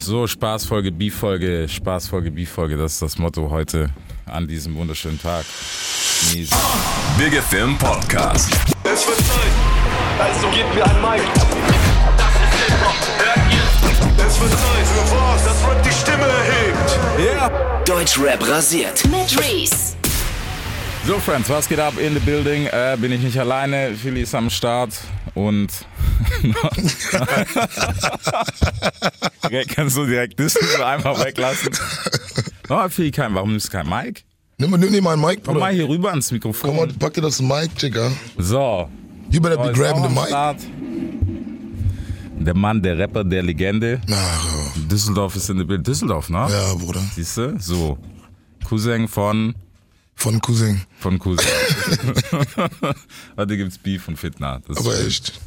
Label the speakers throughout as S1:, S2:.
S1: So, Spaßfolge, B-Folge, Spaßfolge, B-Folge, das ist das Motto heute an diesem wunderschönen Tag. Mies.
S2: Big FM Podcast.
S3: Es wird Zeit. Also gebt mir ein Mic. Das ist Hip-Hop. Hört ihr? Es wird Zeit für was, das Rap die Stimme erhebt.
S4: Deutschrap rasiert.
S5: Mit Reese.
S1: So, Friends, was geht ab in the building? Äh, bin ich nicht alleine, Philly ist am Start und... direkt, kannst du direkt das einfach weglassen? Nochmal, Philly, kein, warum nimmst du kein Mic?
S6: Nimm, nimm dir mal ein Mic,
S1: Komm mal
S6: Bruder.
S1: hier rüber ans
S6: Komm
S1: Mikrofon.
S6: mal, pack dir das Mic, Digga.
S1: So,
S6: You better be
S1: Ist
S6: grabbing
S1: auch am
S6: the mic.
S1: Start. Der Mann, der Rapper, der Legende.
S6: Ach,
S1: Düsseldorf ist in der Bild. Düsseldorf, ne?
S6: ja, Bruder.
S1: Siehst du? So. Cousin von,
S6: Von Cousin.
S1: von Cousin. Heute gibt's Beef und Fitna. Das ist
S6: Aber
S1: schön.
S6: echt.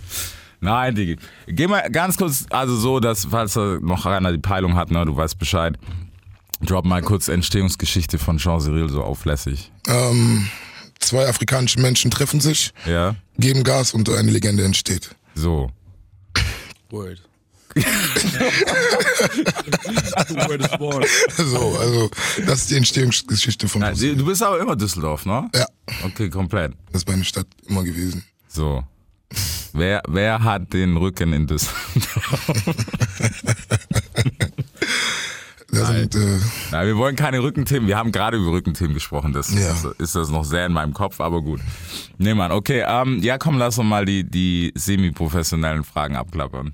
S1: Nein, Digi. Geh mal ganz kurz, also so, dass, falls da noch einer die Peilung hat, ne, du weißt Bescheid. Drop mal kurz Entstehungsgeschichte von Jean Cyril so auflässig.
S6: Ähm, zwei afrikanische Menschen treffen sich,
S1: Ja?
S6: geben Gas und eine Legende entsteht.
S1: So.
S7: Word. Word is born.
S6: So, also, das ist die Entstehungsgeschichte von
S1: Na,
S6: Cousin.
S1: Du bist aber immer Düsseldorf, ne?
S6: Ja,
S1: Okay, komplett.
S6: das ist meine Stadt immer gewesen.
S1: So. Wer, wer hat den Rücken in das?
S6: Da sind, äh,
S1: Nein, wir wollen keine Rückenthemen. Wir haben gerade über Rückenthemen gesprochen. Das
S6: Ja.
S1: ist, ist das noch sehr in meinem Kopf, aber gut. Nee, Mann. Okay, ähm, ja, komm, lass uns mal die, die semi-professionellen Fragen abklappern.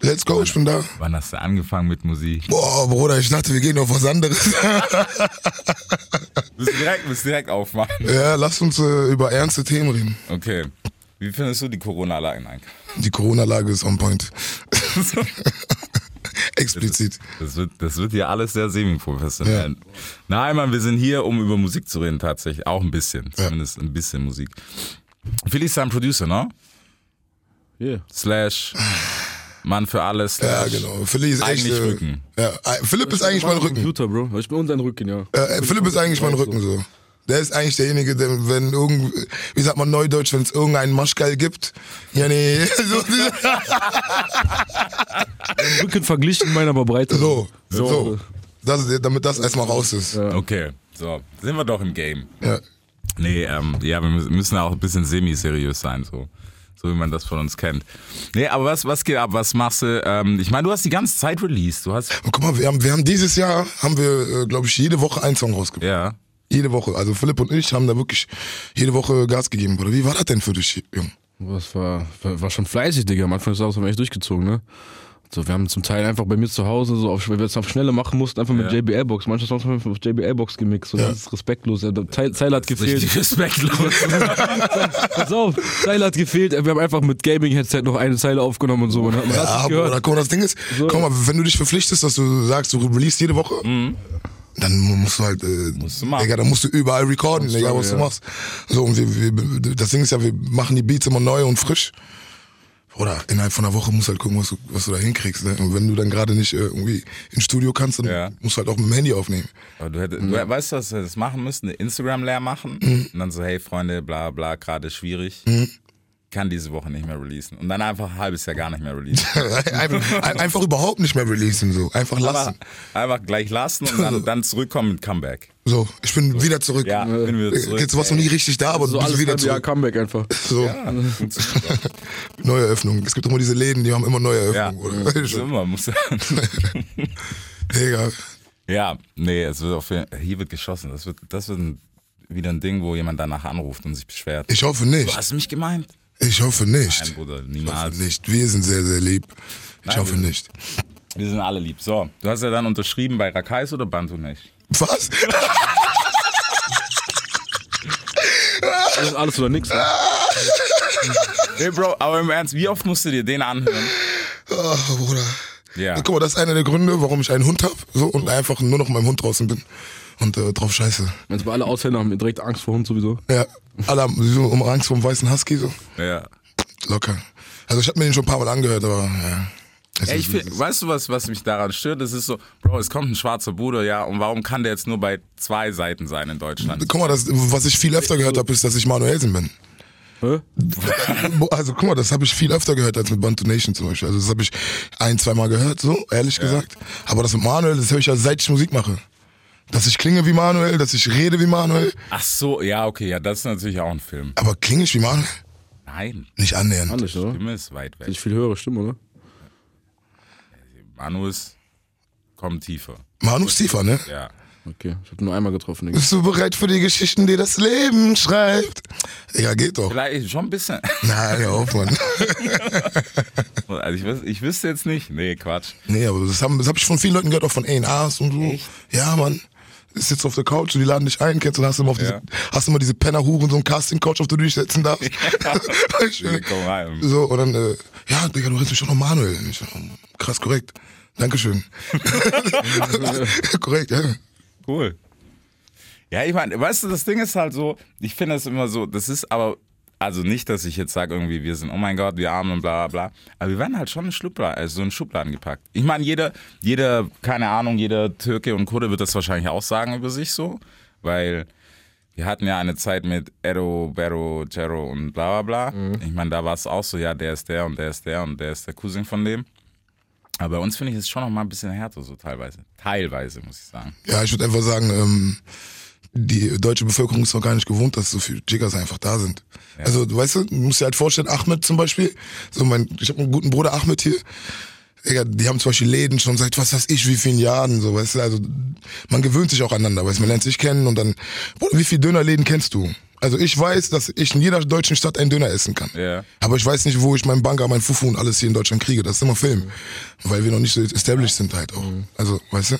S6: let's go, ich bin da.
S1: Wann hast du angefangen mit Musik?
S6: Boah, Bruder, ich dachte, wir gehen auf was anderes.
S1: Bist direkt, bist direkt aufmachen.
S6: ja, lass uns äh, über ernste Themen reden.
S1: Okay. Wie findest du die Corona-Lage eigentlich?
S6: Die Corona-Lage ist on point. Explizit.
S1: Das wird, das wird hier alles sehr semi-professionell. Nein, Mann, wir sind hier, um über Musik zu reden, tatsächlich. Auch ein bisschen. Zumindest ein bisschen Musik. Philly ist dein Producer, ne?
S7: Yeah.
S1: Slash Mann für alles.
S6: Ja,
S1: Slash
S6: genau. Philipp ist echt.
S1: Eigentlich
S6: äh,
S1: Rücken.
S6: Ja, äh, Philipp ist eigentlich mein Rücken.
S7: Computer, Bro. Ich bin unser Rücken, ja.
S6: Äh, äh, Philipp ist eigentlich mein Rücken so. Der ist eigentlich derjenige, der, wenn irgend, wie sagt man neudeutsch, wenn es irgendeinen Maschgeil gibt. Ja, nee. So,
S7: Rücken verglichen, meiner aber breiter.
S6: so.
S1: So.
S6: so. Das, ist- damit das erstmal raus ist. Ja.
S1: Okay, so. Sind wir doch im Game.
S6: Ja.
S1: Nee, ähm, ja, wir müssen müssen auch ein bisschen semi-seriös sein, so. So wie man das von uns kennt. Nee, aber was, was geht ab? Was machst du? Ähm, ich meine, du hast die ganze Zeit released. Du hast.
S6: Und guck mal, wir haben, wir haben dieses Jahr, haben wir, äh, glaube ich, jede Woche einen Song rausgebracht.
S1: Ja.
S6: Jede Woche. Also Philipp und ich haben da wirklich jede Woche Gas gegeben, Bruder. Wie war das denn für dich, Junge?
S7: Das war, war, war schon fleißig, Digga. Am Anfang des Jahres haben wir echt durchgezogen, ne? So, wir haben zum Teil einfach bei mir zu Hause, so auf, weil wir es auf Schnelle machen mussten, einfach mit
S1: Ja.
S7: JBL-Box. Manche Songs haben wir auf JBL-Box gemixt. So, Das ist respektlos. Ja, da- Teil, Zeile hat gefehlt.
S1: Richtig respektlos.
S7: Pass auf, Zeile hat gefehlt. Wir haben einfach mit Gaming-Headset noch eine Zeile aufgenommen und so. Und hat man hat
S6: Ja,
S7: nicht
S6: Bruder,
S7: gehört.
S6: guck mal, das Ding ist,
S7: So.
S6: guck mal, wenn du dich verpflichtest, dass du sagst, du release jede Woche, dann musst du halt, äh,
S1: du machen.
S6: Digga, dann musst du überall recorden, egal
S7: du,
S6: was
S7: ja.
S6: du machst. So, und wir, wir, das Ding ist ja, wir machen die Beats immer neu und frisch. Oder innerhalb von einer Woche musst du halt gucken, was du, was du da hinkriegst. Ne? Und wenn du dann gerade nicht äh, irgendwie ins Studio kannst, dann
S1: Ja.
S6: musst du halt auch mit dem Handy aufnehmen.
S1: Aber du, hättest, du weißt, du, was wir das machen müssen? Eine Instagram leer machen
S6: Mhm.
S1: und dann so, hey Freunde, bla bla, gerade schwierig. Kann diese Woche nicht mehr releasen. Und dann einfach ein halbes Jahr gar nicht mehr releasen.
S6: einfach, ein- einfach überhaupt nicht mehr releasen, so. Einfach
S1: Aber
S6: lassen. Also-
S1: einfach gleich lassen und dann, dann zurückkommen mit Comeback.
S6: so, ich bin wieder zurück. Äh,
S1: Ja, bin wieder zurück.
S6: Jetzt warst du nie richtig da, aber
S7: So
S6: du bist
S7: alles
S6: wieder
S7: halbe Jahr
S6: zurück.
S7: Comeback einfach.
S6: So.
S1: Ja, funktioniert doch.
S6: Neueröffnung. Es gibt immer diese Läden, die haben immer
S1: ja. Mhm.
S6: Neueröffnungen, oder? Also,
S1: Das ist immer, muss
S6: Digga.
S1: Ja, nee, es wird auf jeden hier wird geschossen. Das wird, das wird ein, wieder ein Ding, wo jemand danach anruft und sich beschwert.
S6: Ich hoffe
S1: du
S6: nicht.
S1: hast mich gemeint?
S6: Ich hoffe
S1: Nein,
S6: nicht.
S1: Bruder,
S6: Ich hoffe
S1: niemals.
S6: nicht. Wir sind sehr, sehr lieb. Ich
S1: Nein,
S6: hoffe
S1: wir-
S6: nicht.
S1: Wir sind alle lieb. So, du hast ja dann unterschrieben bei Rakais oder Bantu nicht?
S6: Was?
S7: Das ist alles oder nix. ne?
S1: Nee, Bro, aber im Ernst, wie oft musst du dir den anhören?
S6: Ach, Ah, Bruder.
S1: Ja. Oh.
S6: Guck mal, das ist einer der Gründe, warum ich einen Hund habe so, und einfach nur noch mit meinem Hund draußen bin. Und äh, drauf scheiße.
S7: Jetzt bei alle Ausländer haben direkt Angst vor Hund sowieso.
S6: Ja, alle haben so um Angst vor dem weißen Husky. So.
S1: Ja.
S6: Locker. Also ich habe mir den schon ein paar Mal angehört, aber ja. Es
S1: Ey,
S6: ist,
S1: ich find, weißt du, was, was mich daran stört? Das ist so, Bro, es kommt ein schwarzer Bruder, ja, und warum kann der jetzt nur bei zwei Seiten sein in Deutschland?
S6: guck mal, das, was ich viel öfter gehört habe, ist, dass ich Manuelsen bin.
S7: Hä?
S6: Boah, Also guck mal, das habe ich viel öfter gehört als mit Bantu Nation zum Beispiel. Also das habe ich ein, zweimal gehört, so, ehrlich gesagt. Aber das mit Manuel, das höre ich ja seit ich Musik mache. Dass ich klinge wie Manuel, dass ich rede wie Manuel,
S1: Ach so, ja, okay, ja, das ist natürlich auch ein Film.
S6: aber klinge ich wie Manuel?
S1: Nein,
S6: Nicht annähernd.
S7: Anders, oder?
S1: Stimme ist weit
S7: Ich
S1: weg.
S7: viel höhere Stimme, oder?
S1: Manu ist, komm tiefer.
S6: Manu ist tiefer, ne?
S1: Ja.
S7: Okay, ich habe nur einmal getroffen. Digga.
S6: Bist du bereit für die Geschichten, die das Leben schreibt? Ja, geht doch.
S1: Vielleicht schon ein bisschen.
S6: Nein, hör auf, Mann.
S1: Also ich, wüs- ich wüsste jetzt nicht. Nee, Quatsch.
S6: Nee, aber das habe das hab ich von vielen Leuten gehört, auch von A&Rs und so. Ja, Mann. Ist jetzt auf der Couch und die laden dich ein, kennst du, dann hast du immer, auf diese,
S1: Ja.
S6: hast du immer diese Pennerhuren, so einen Casting-Couch, auf den du dich setzen darfst. Ich-
S1: Komm rein.
S6: so, und dann, äh, ja, Digga, du redest mich schon noch Manuel. Ich, so, oh, krass, korrekt. Dankeschön. korrekt, ja.
S1: Cool. Ja, ich meine, weißt du, das Ding ist halt so, ich finde das immer so, das ist aber, also nicht, dass ich jetzt sage irgendwie, wir sind, oh mein Gott, wir armen und bla bla bla, aber wir werden halt schon in Schubladen, also so in Schubladen gepackt. Ich meine, jeder, jeder, keine Ahnung, jeder Türke und Kurde wird das wahrscheinlich auch sagen über sich so, weil wir hatten ja eine Zeit mit Ero, Bero, Cero und bla bla bla. Ich meine, da war es auch so, ja, der ist der und der ist der und der ist der Cousin von dem. Aber bei uns finde ich es schon noch mal ein bisschen härter so teilweise. Teilweise, muss ich sagen.
S6: Ja, ich würde einfach sagen, ähm, die deutsche Bevölkerung ist doch gar nicht gewohnt, dass so viele Jiggers einfach da sind. Also, du weißt du, du musst dir halt vorstellen, Ahmed zum Beispiel, so mein, ich habe einen guten Bruder Ahmed hier, Digga, die haben zum Beispiel Läden schon seit was weiß ich wie vielen Jahren, so, weißt du, also man gewöhnt sich auch aneinander, weißt du, man lernt sich kennen und dann, Bruder, wie viele Dönerläden kennst du? Also ich weiß, dass ich in jeder deutschen Stadt einen Döner essen kann.
S1: Ja.
S6: Aber ich weiß nicht, wo ich meinen Banker, mein Fufu und alles hier in Deutschland kriege. Das ist immer
S1: Mhm.
S6: Film. Weil wir noch nicht so established sind halt auch. Also, weißt du?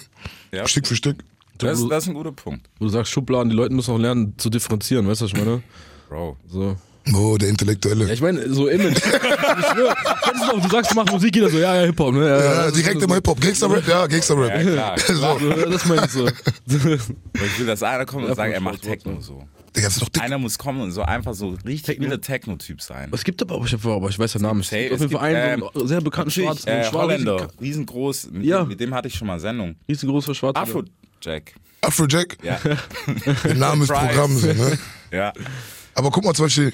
S1: Ja.
S6: Stück für Stück.
S1: Das, das ist ein guter Punkt.
S7: Wo du sagst Schubladen, die Leute müssen auch lernen zu differenzieren, weißt du, was ich meine?
S1: Bro.
S7: So.
S6: Oh, der Intellektuelle.
S7: Ja, ich meine, so Image. ich schwör, kennst du doch, du sagst, mach Musik, jeder so, ja, ja, Hip-Hop, ne? Ja,
S6: ja, also direkt immer Hip-Hop. Gangster-Rap, ja, Gangster-Rap.
S1: Ja, klar.
S6: so.
S7: So, das meine ich so.
S1: Aber ich will, dass einer kommt und
S7: Ja,
S1: sagt, er
S7: voll,
S1: macht
S7: voll,
S1: Techno so.
S6: Digga, das ist doch dick.
S1: Einer muss kommen und so einfach so richtig wilder Techno-Typ sein.
S7: Es gibt aber, ich, aber ich weiß den Namen nicht.
S1: Hey,
S7: Es gibt auf
S1: es
S7: jeden Fall
S1: gibt,
S7: einen
S1: ähm,
S7: so einen sehr bekannten
S1: Natürlich,
S7: Schwarzen.
S1: äh,
S7: schwarzen-
S1: Holländer, riesengroß, mit,
S7: Ja.
S1: dem, mit dem hatte ich schon mal Sendung.
S7: Riesengroßer Schwarzer.
S1: Afrojack.
S6: Afrojack,
S1: Ja.
S6: der Name ist
S1: Price.
S6: Programm. So, ne?
S1: ja.
S6: Aber guck mal zum Beispiel,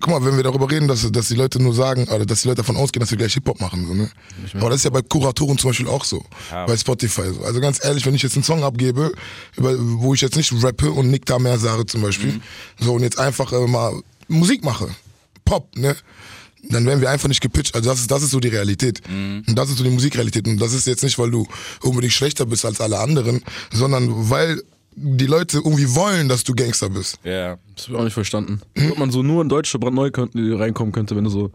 S6: guck mal, wenn wir darüber reden, dass, dass die Leute nur sagen, oder dass die Leute davon ausgehen, dass wir gleich Hip-Hop machen. So, ne? Aber das ist ja bei Kuratoren zum Beispiel auch so. Bei Spotify. So. Also ganz ehrlich, wenn ich jetzt einen Song abgebe, über, wo ich jetzt nicht rappe und Nick da mehr sage zum Beispiel, so und jetzt einfach äh, mal Musik mache. Pop, ne? Dann werden wir einfach nicht gepitcht. Also das ist, das ist so die Realität. Und das ist so die Musikrealität. Und das ist jetzt nicht, weil du unbedingt schlechter bist als alle anderen, sondern weil die Leute irgendwie wollen, dass du Gangster bist.
S1: ja.
S7: Das hab ich auch nicht verstanden. Ob man so nur in deutsche brandneu könnte, reinkommen könnte, wenn du so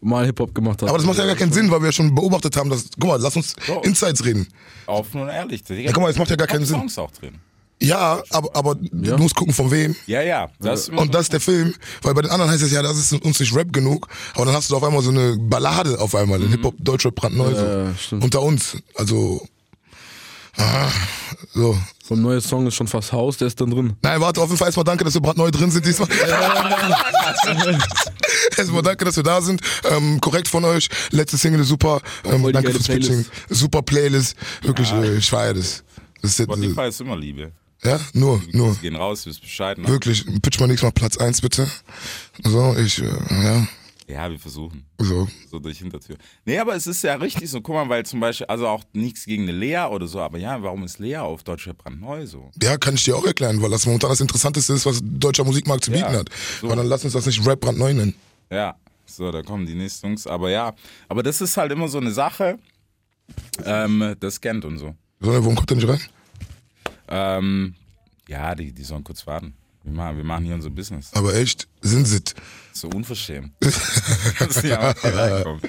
S7: mal Hip-Hop gemacht hast.
S6: Aber das macht ja gar keinen Sinn, weil wir ja schon beobachtet haben, dass. Guck mal, lass uns Insights reden.
S1: Offen und ehrlich. Digga.
S6: Ja, guck mal, das macht ja gar keinen Sinn.
S1: Songs auch drin.
S6: Ja, aber, aber du musst gucken, von wem.
S1: Ja, ja. Das
S6: Und das ist der Film, weil bei den anderen heißt es ja, das ist uns nicht Rap genug. Aber dann hast du da auf einmal so eine Ballade auf einmal, in Hip-Hop, Deutschrap, brandneu.
S7: Ja,
S6: so.
S7: Äh, stimmt.
S6: Unter uns. Also. Ah, so.
S7: So ein neuer Song ist schon fast Haus, der ist dann drin.
S6: Nein, warte, auf jeden Fall erstmal danke, dass wir brandneu drin sind diesmal. erstmal danke, dass wir da sind. Ähm, korrekt von euch. Letzte Single ist super. Ähm,
S7: voll die
S6: danke
S7: geile
S6: fürs
S7: Playlist.
S6: Pitching. Super Playlist. Wirklich, äh, ich feiere das. das ist, jetzt- äh,
S1: Spotify ist immer Liebe.
S6: ja, nur, nur.
S1: Wir gehen raus, wir sind Bescheid. ne?
S6: Wirklich, pitch mal nächstes Mal Platz eins bitte. So, ich, äh, ja,
S1: Ja, wir versuchen.
S6: so.
S1: So durch Hintertür. Nee, aber es ist ja richtig so. Guck mal, weil zum Beispiel, also auch nichts gegen eine Lea oder so, aber ja, warum ist Lea auf Deutschland brandneu so?
S6: Ja, kann ich dir auch erklären, weil das momentan das Interessanteste ist, was deutscher Musikmarkt zu bieten hat.
S1: so.
S6: Weil dann lass uns das nicht Rap brandneu nennen.
S1: Ja, so, da kommen die nächsten Jungs. Aber ja, aber das ist halt immer so eine Sache, ähm, das kennt und so.
S6: Sondern ne, warum kommt der nicht rein?
S1: Ähm, ja, die, die sollen kurz warten. Wir machen, wir machen hier unser Business.
S6: Aber echt, sind sie.
S1: So unverschämt. Dass die einfach hier reinkommen.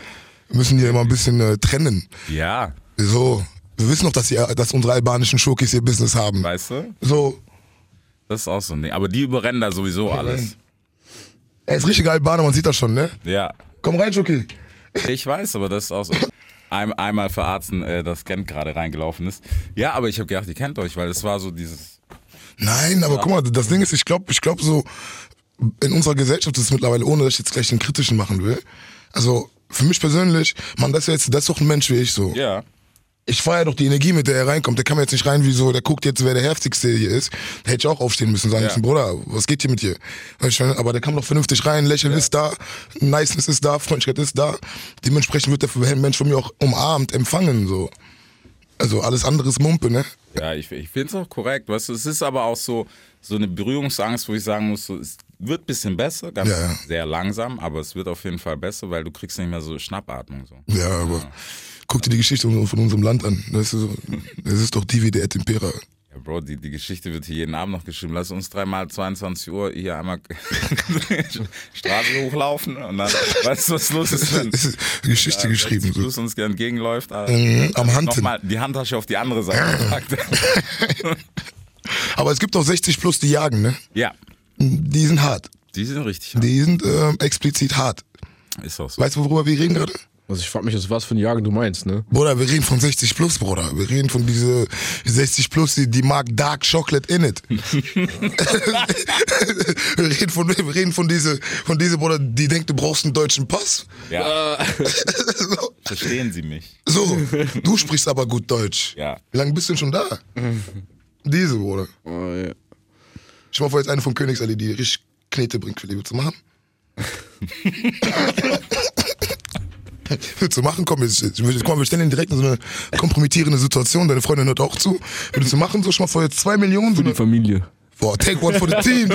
S6: Wir müssen hier immer ein bisschen äh, trennen.
S1: ja,
S6: So, wir wissen doch, dass, ihr, dass unsere albanischen Schurkis ihr Business haben.
S1: weißt du?
S6: So,
S1: Das ist auch so ein Ding. Aber die überrennen da sowieso alles.
S6: er ist richtiger Albaner, man sieht das schon, ne?
S1: Ja,
S6: Komm rein, Schurki.
S1: ich weiß, aber das ist auch so. Ein, einmal verarzen, äh, dass Kent gerade reingelaufen ist. Ja, aber ich habe gedacht, ihr kennt euch, weil es war so dieses.
S6: Nein, aber guck mal, das Ding ist, ich glaube, ich glaube so, in unserer Gesellschaft ist es mittlerweile, ohne dass ich jetzt gleich den Kritischen machen will. Also, für mich persönlich, man, das ist, jetzt, das ist doch ein Mensch wie ich so.
S1: Ja.
S6: ich feiere doch die Energie, mit der er reinkommt. Der kann mir jetzt nicht rein, wie so, der guckt jetzt, wer der heftigste hier ist. Da hätte ich auch aufstehen müssen, sagen
S1: Ja.
S6: müssen, Bruder, was geht hier mit dir? Ich meine, Aber der kam doch vernünftig rein, Lächeln ist da, Niceness ist da, Freundlichkeit ist da. Dementsprechend wird der Mensch von mir auch umarmt, empfangen, so. Also alles andere ist Mumpe, ne?
S1: Ja, ich, ich finde es auch korrekt. Weißt du, es ist aber auch so, so eine Berührungsangst, wo ich sagen muss, so, es wird ein bisschen besser, ganz
S6: Ja, ja.
S1: sehr langsam, aber es wird auf jeden Fall besser, weil du kriegst nicht mehr so Schnappatmung. So.
S6: Ja, aber guck dir die Geschichte von unserem Land an. Das ist, so, das ist doch die wie der Tempera.
S1: Ja, Bro, die, die Geschichte wird hier jeden Abend noch geschrieben. Lass uns dreimal 22 Uhr hier einmal Straße hochlaufen und dann weißt du, was los ist, wenn
S6: Das ist Geschichte geschrieben. So.
S1: Plus uns gern entgegenläuft. aber
S6: Mhm, am Hand.
S1: Nochmal die Handtasche auf die andere Seite gepackt.
S6: Aber es gibt auch 60 plus, die jagen, ne?
S1: ja,
S6: Die sind hart.
S1: die sind richtig.
S6: Die sind ähm, explizit hart.
S1: Ist auch so.
S6: Weißt du, worüber wir reden gerade?
S7: Also ich frag mich jetzt, was für ein Jagen du meinst, ne?
S6: Bruder, wir reden von 60 plus, Bruder. Wir reden von diese 60 plus, die, die mag Dark Chocolate in it. wir, reden von, wir reden von diese, von diese Bruder, die denkt, du brauchst einen deutschen Pass.
S1: Ja,
S6: so.
S1: verstehen Sie mich.
S6: So, du sprichst aber gut Deutsch.
S1: Ja.
S6: Wie lange bist du denn schon da? Diese, Bruder.
S7: Oh, ja.
S6: Ich hoffe, jetzt eine von Königsallee, die richtig Knete bringt für Liebe zu machen. Willst du machen? Komm, jetzt, jetzt, komm, wir stellen ihn direkt in so eine kompromittierende Situation. Deine Freundin hört auch zu. Willst du machen? So, schon mal vor jetzt zwei Millionen. So
S7: Die
S6: eine,
S7: Familie.
S6: boah, take one for the team.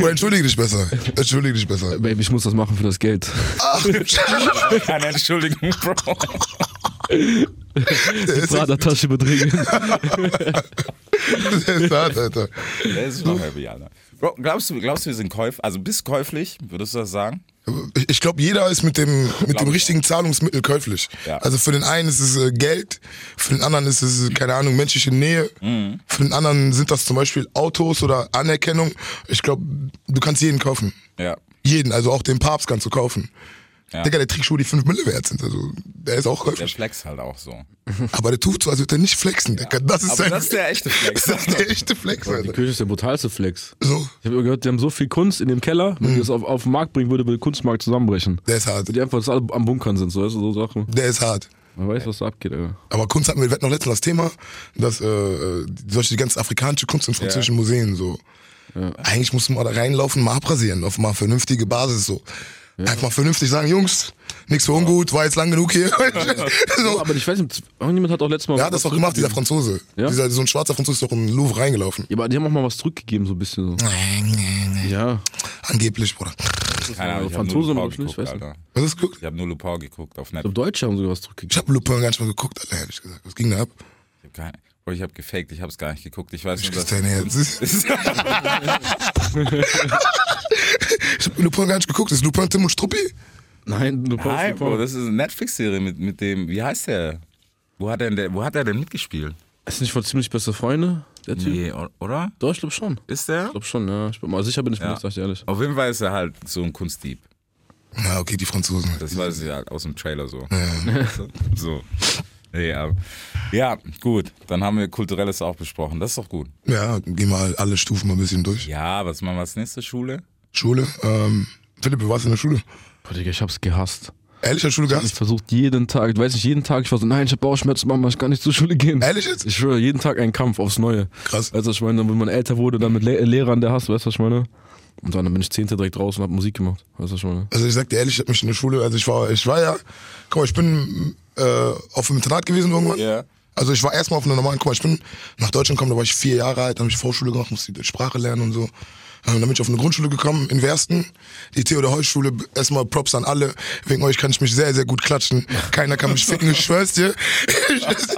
S6: Oder entschuldige dich besser. Entschuldige dich besser.
S7: Baby, ich muss das machen für das Geld.
S6: Ach,
S1: Keine Entschuldigung, Bro.
S6: der ist, echt-
S7: Prada-Tasche bedrängen.
S6: der ist hart, Alter.
S1: Der ist schon heavy, Alter. Bro, glaubst du, glaubst du, wir sind käuflich? Also bist käuflich, würdest du das sagen?
S6: Ich- Ich glaube, jeder ist mit dem, mit dem
S1: ich
S6: richtigen Zahlungsmittel käuflich.
S1: Ja.
S6: Also für den einen ist es äh, Geld, für den anderen ist es, äh, keine Ahnung, menschliche Nähe.
S1: Mhm.
S6: Für den anderen sind das zum Beispiel Autos oder Anerkennung. Ich glaube, du kannst jeden kaufen.
S1: Ja.
S6: Jeden, also auch den Papst kannst du kaufen.
S1: Ja.
S6: Digga, der trägt Schuhe, die 5 Mille wert sind. Also, der ist auch
S1: Der
S6: käuflich.
S1: Flex halt auch so.
S6: Aber der tut so, als würde er nicht flexen, Digga. Das ist,
S1: Aber
S6: sein,
S1: das ist der echte Flex.
S6: das ist der echte Flex,
S7: Die
S6: Alter.
S7: Kirche ist der brutalste Flex.
S6: So,
S7: Ich habe gehört, die haben so viel Kunst in dem Keller, wenn die das auf, auf den Markt bringen würde, würde der Kunstmarkt zusammenbrechen.
S6: der ist hart.
S7: Weil die einfach das alle am Bunkern sind, so, weißt du, so Sachen.
S6: Der ist hart.
S7: Man weiß, was da abgeht, Alter.
S6: Aber Kunst hatten wir, wir hatten noch letztens das Thema, dass äh, solche die ganze afrikanische Kunst in französischen Museen so. Eigentlich muss man da reinlaufen, mal abrasieren, auf mal vernünftige Basis so. Einfach mal vernünftig sagen, Jungs, nichts für ungut, war jetzt lang genug hier. so.
S7: Oh, Aber ich weiß nicht, irgendjemand hat auch letztes Mal.
S6: Der hat das
S7: was
S6: doch gemacht, dieser
S7: zurückgegeben.
S6: Franzose.
S7: Ja?
S6: Dieser, so ein schwarzer Franzose ist doch im Louvre reingelaufen.
S7: Ja, aber die haben auch mal was zurückgegeben, so ein bisschen. So. Ja.
S6: Angeblich, Bruder.
S1: Keine Ahnung, ne? ich hab
S7: Franzose
S1: nur
S7: oder
S1: Lupin
S7: nicht,
S1: geguckt,
S7: weiß nicht.
S1: Alter.
S6: Was hast du geguckt?
S1: Ich habe nur Lupin geguckt auf
S7: Ich glaube,
S1: Netflix.
S7: Deutsche haben sogar was
S6: Ich
S7: zurückgegeben.
S6: hab Lupin gar nicht mal geguckt, Alter, ehrlich gesagt. Was ging da ab?
S1: Ich hab, keine, Bro, ich hab gefaked, ich hab's gar nicht geguckt. Ich weiß
S6: Ich
S1: nur,
S6: küsse
S1: dass...
S6: dein Herz. Ich hab Lupin gar nicht geguckt. Ist Lupin Tim und Struppi?
S7: Nein, du brauchst
S1: Nein,
S7: die
S1: Bro,
S7: Form.
S1: das ist eine Netflix-Serie mit, mit dem... Wie heißt der? Wo hat, er denn, wo hat er denn mitgespielt?
S7: Ist nicht von ziemlich beste Freunde, der Typ?
S1: Nee, o- oder?
S7: Doch, ich glaube schon. Ich
S1: Ist der?
S7: glaube schon, ja. Ich bin mal sicher, bin ich mir nicht, sag ich dir ehrlich.
S1: Auf jeden Fall ist er halt so ein Kunstdieb.
S6: Ja, okay, die Franzosen.
S1: Das weiß ich halt aus dem Trailer so. so. Nee, aber- ja, gut. Dann haben wir Kulturelles auch besprochen. Das ist doch gut.
S6: Ja, gehen mal alle Stufen mal ein bisschen durch.
S1: Ja, was machen wir als nächste Schule?
S6: Schule. Ähm, Philipp, du warst in der Schule.
S7: Boah, Digga, ich hab's gehasst.
S6: Ehrlich, hast du Schule
S7: Ich
S6: gehasst?
S7: versucht jeden Tag, ich weiß nicht, jeden Tag, ich war so, nein, ich hab Bauchschmerzen, Mama, ich kann nicht zur Schule gehen.
S6: Ehrlich jetzt?
S7: Ich schwöre, jeden Tag ein Kampf aufs Neue.
S6: Krass.
S7: Weißt du, was ich meine, wenn man älter wurde, dann mit Le Lehrern der Hass, weißt du, was ich meine? Und dann bin ich zehnte direkt raus und hab Musik gemacht, weißt du, was ich meine?
S6: Also ich sag dir ehrlich, ich hab mich in der Schule, also ich war, ich war ja, guck mal, ich bin äh, auf dem Internat gewesen irgendwann.
S1: Ja.
S6: Also ich war erstmal auf einer normalen, guck mal, ich bin nach Deutschland gekommen, da war ich vier Jahre alt, dann hab ich Vorschule gemacht, musste die Sprache lernen und so. Äh, Dann bin ich auf eine Grundschule gekommen in Wersten, die Theodor-Heuss-Schule. Erstmal Props an alle. Wegen euch kann ich mich sehr, sehr gut klatschen. Keiner kann mich ficken, ich schwör's dir. Ich schwör's dir.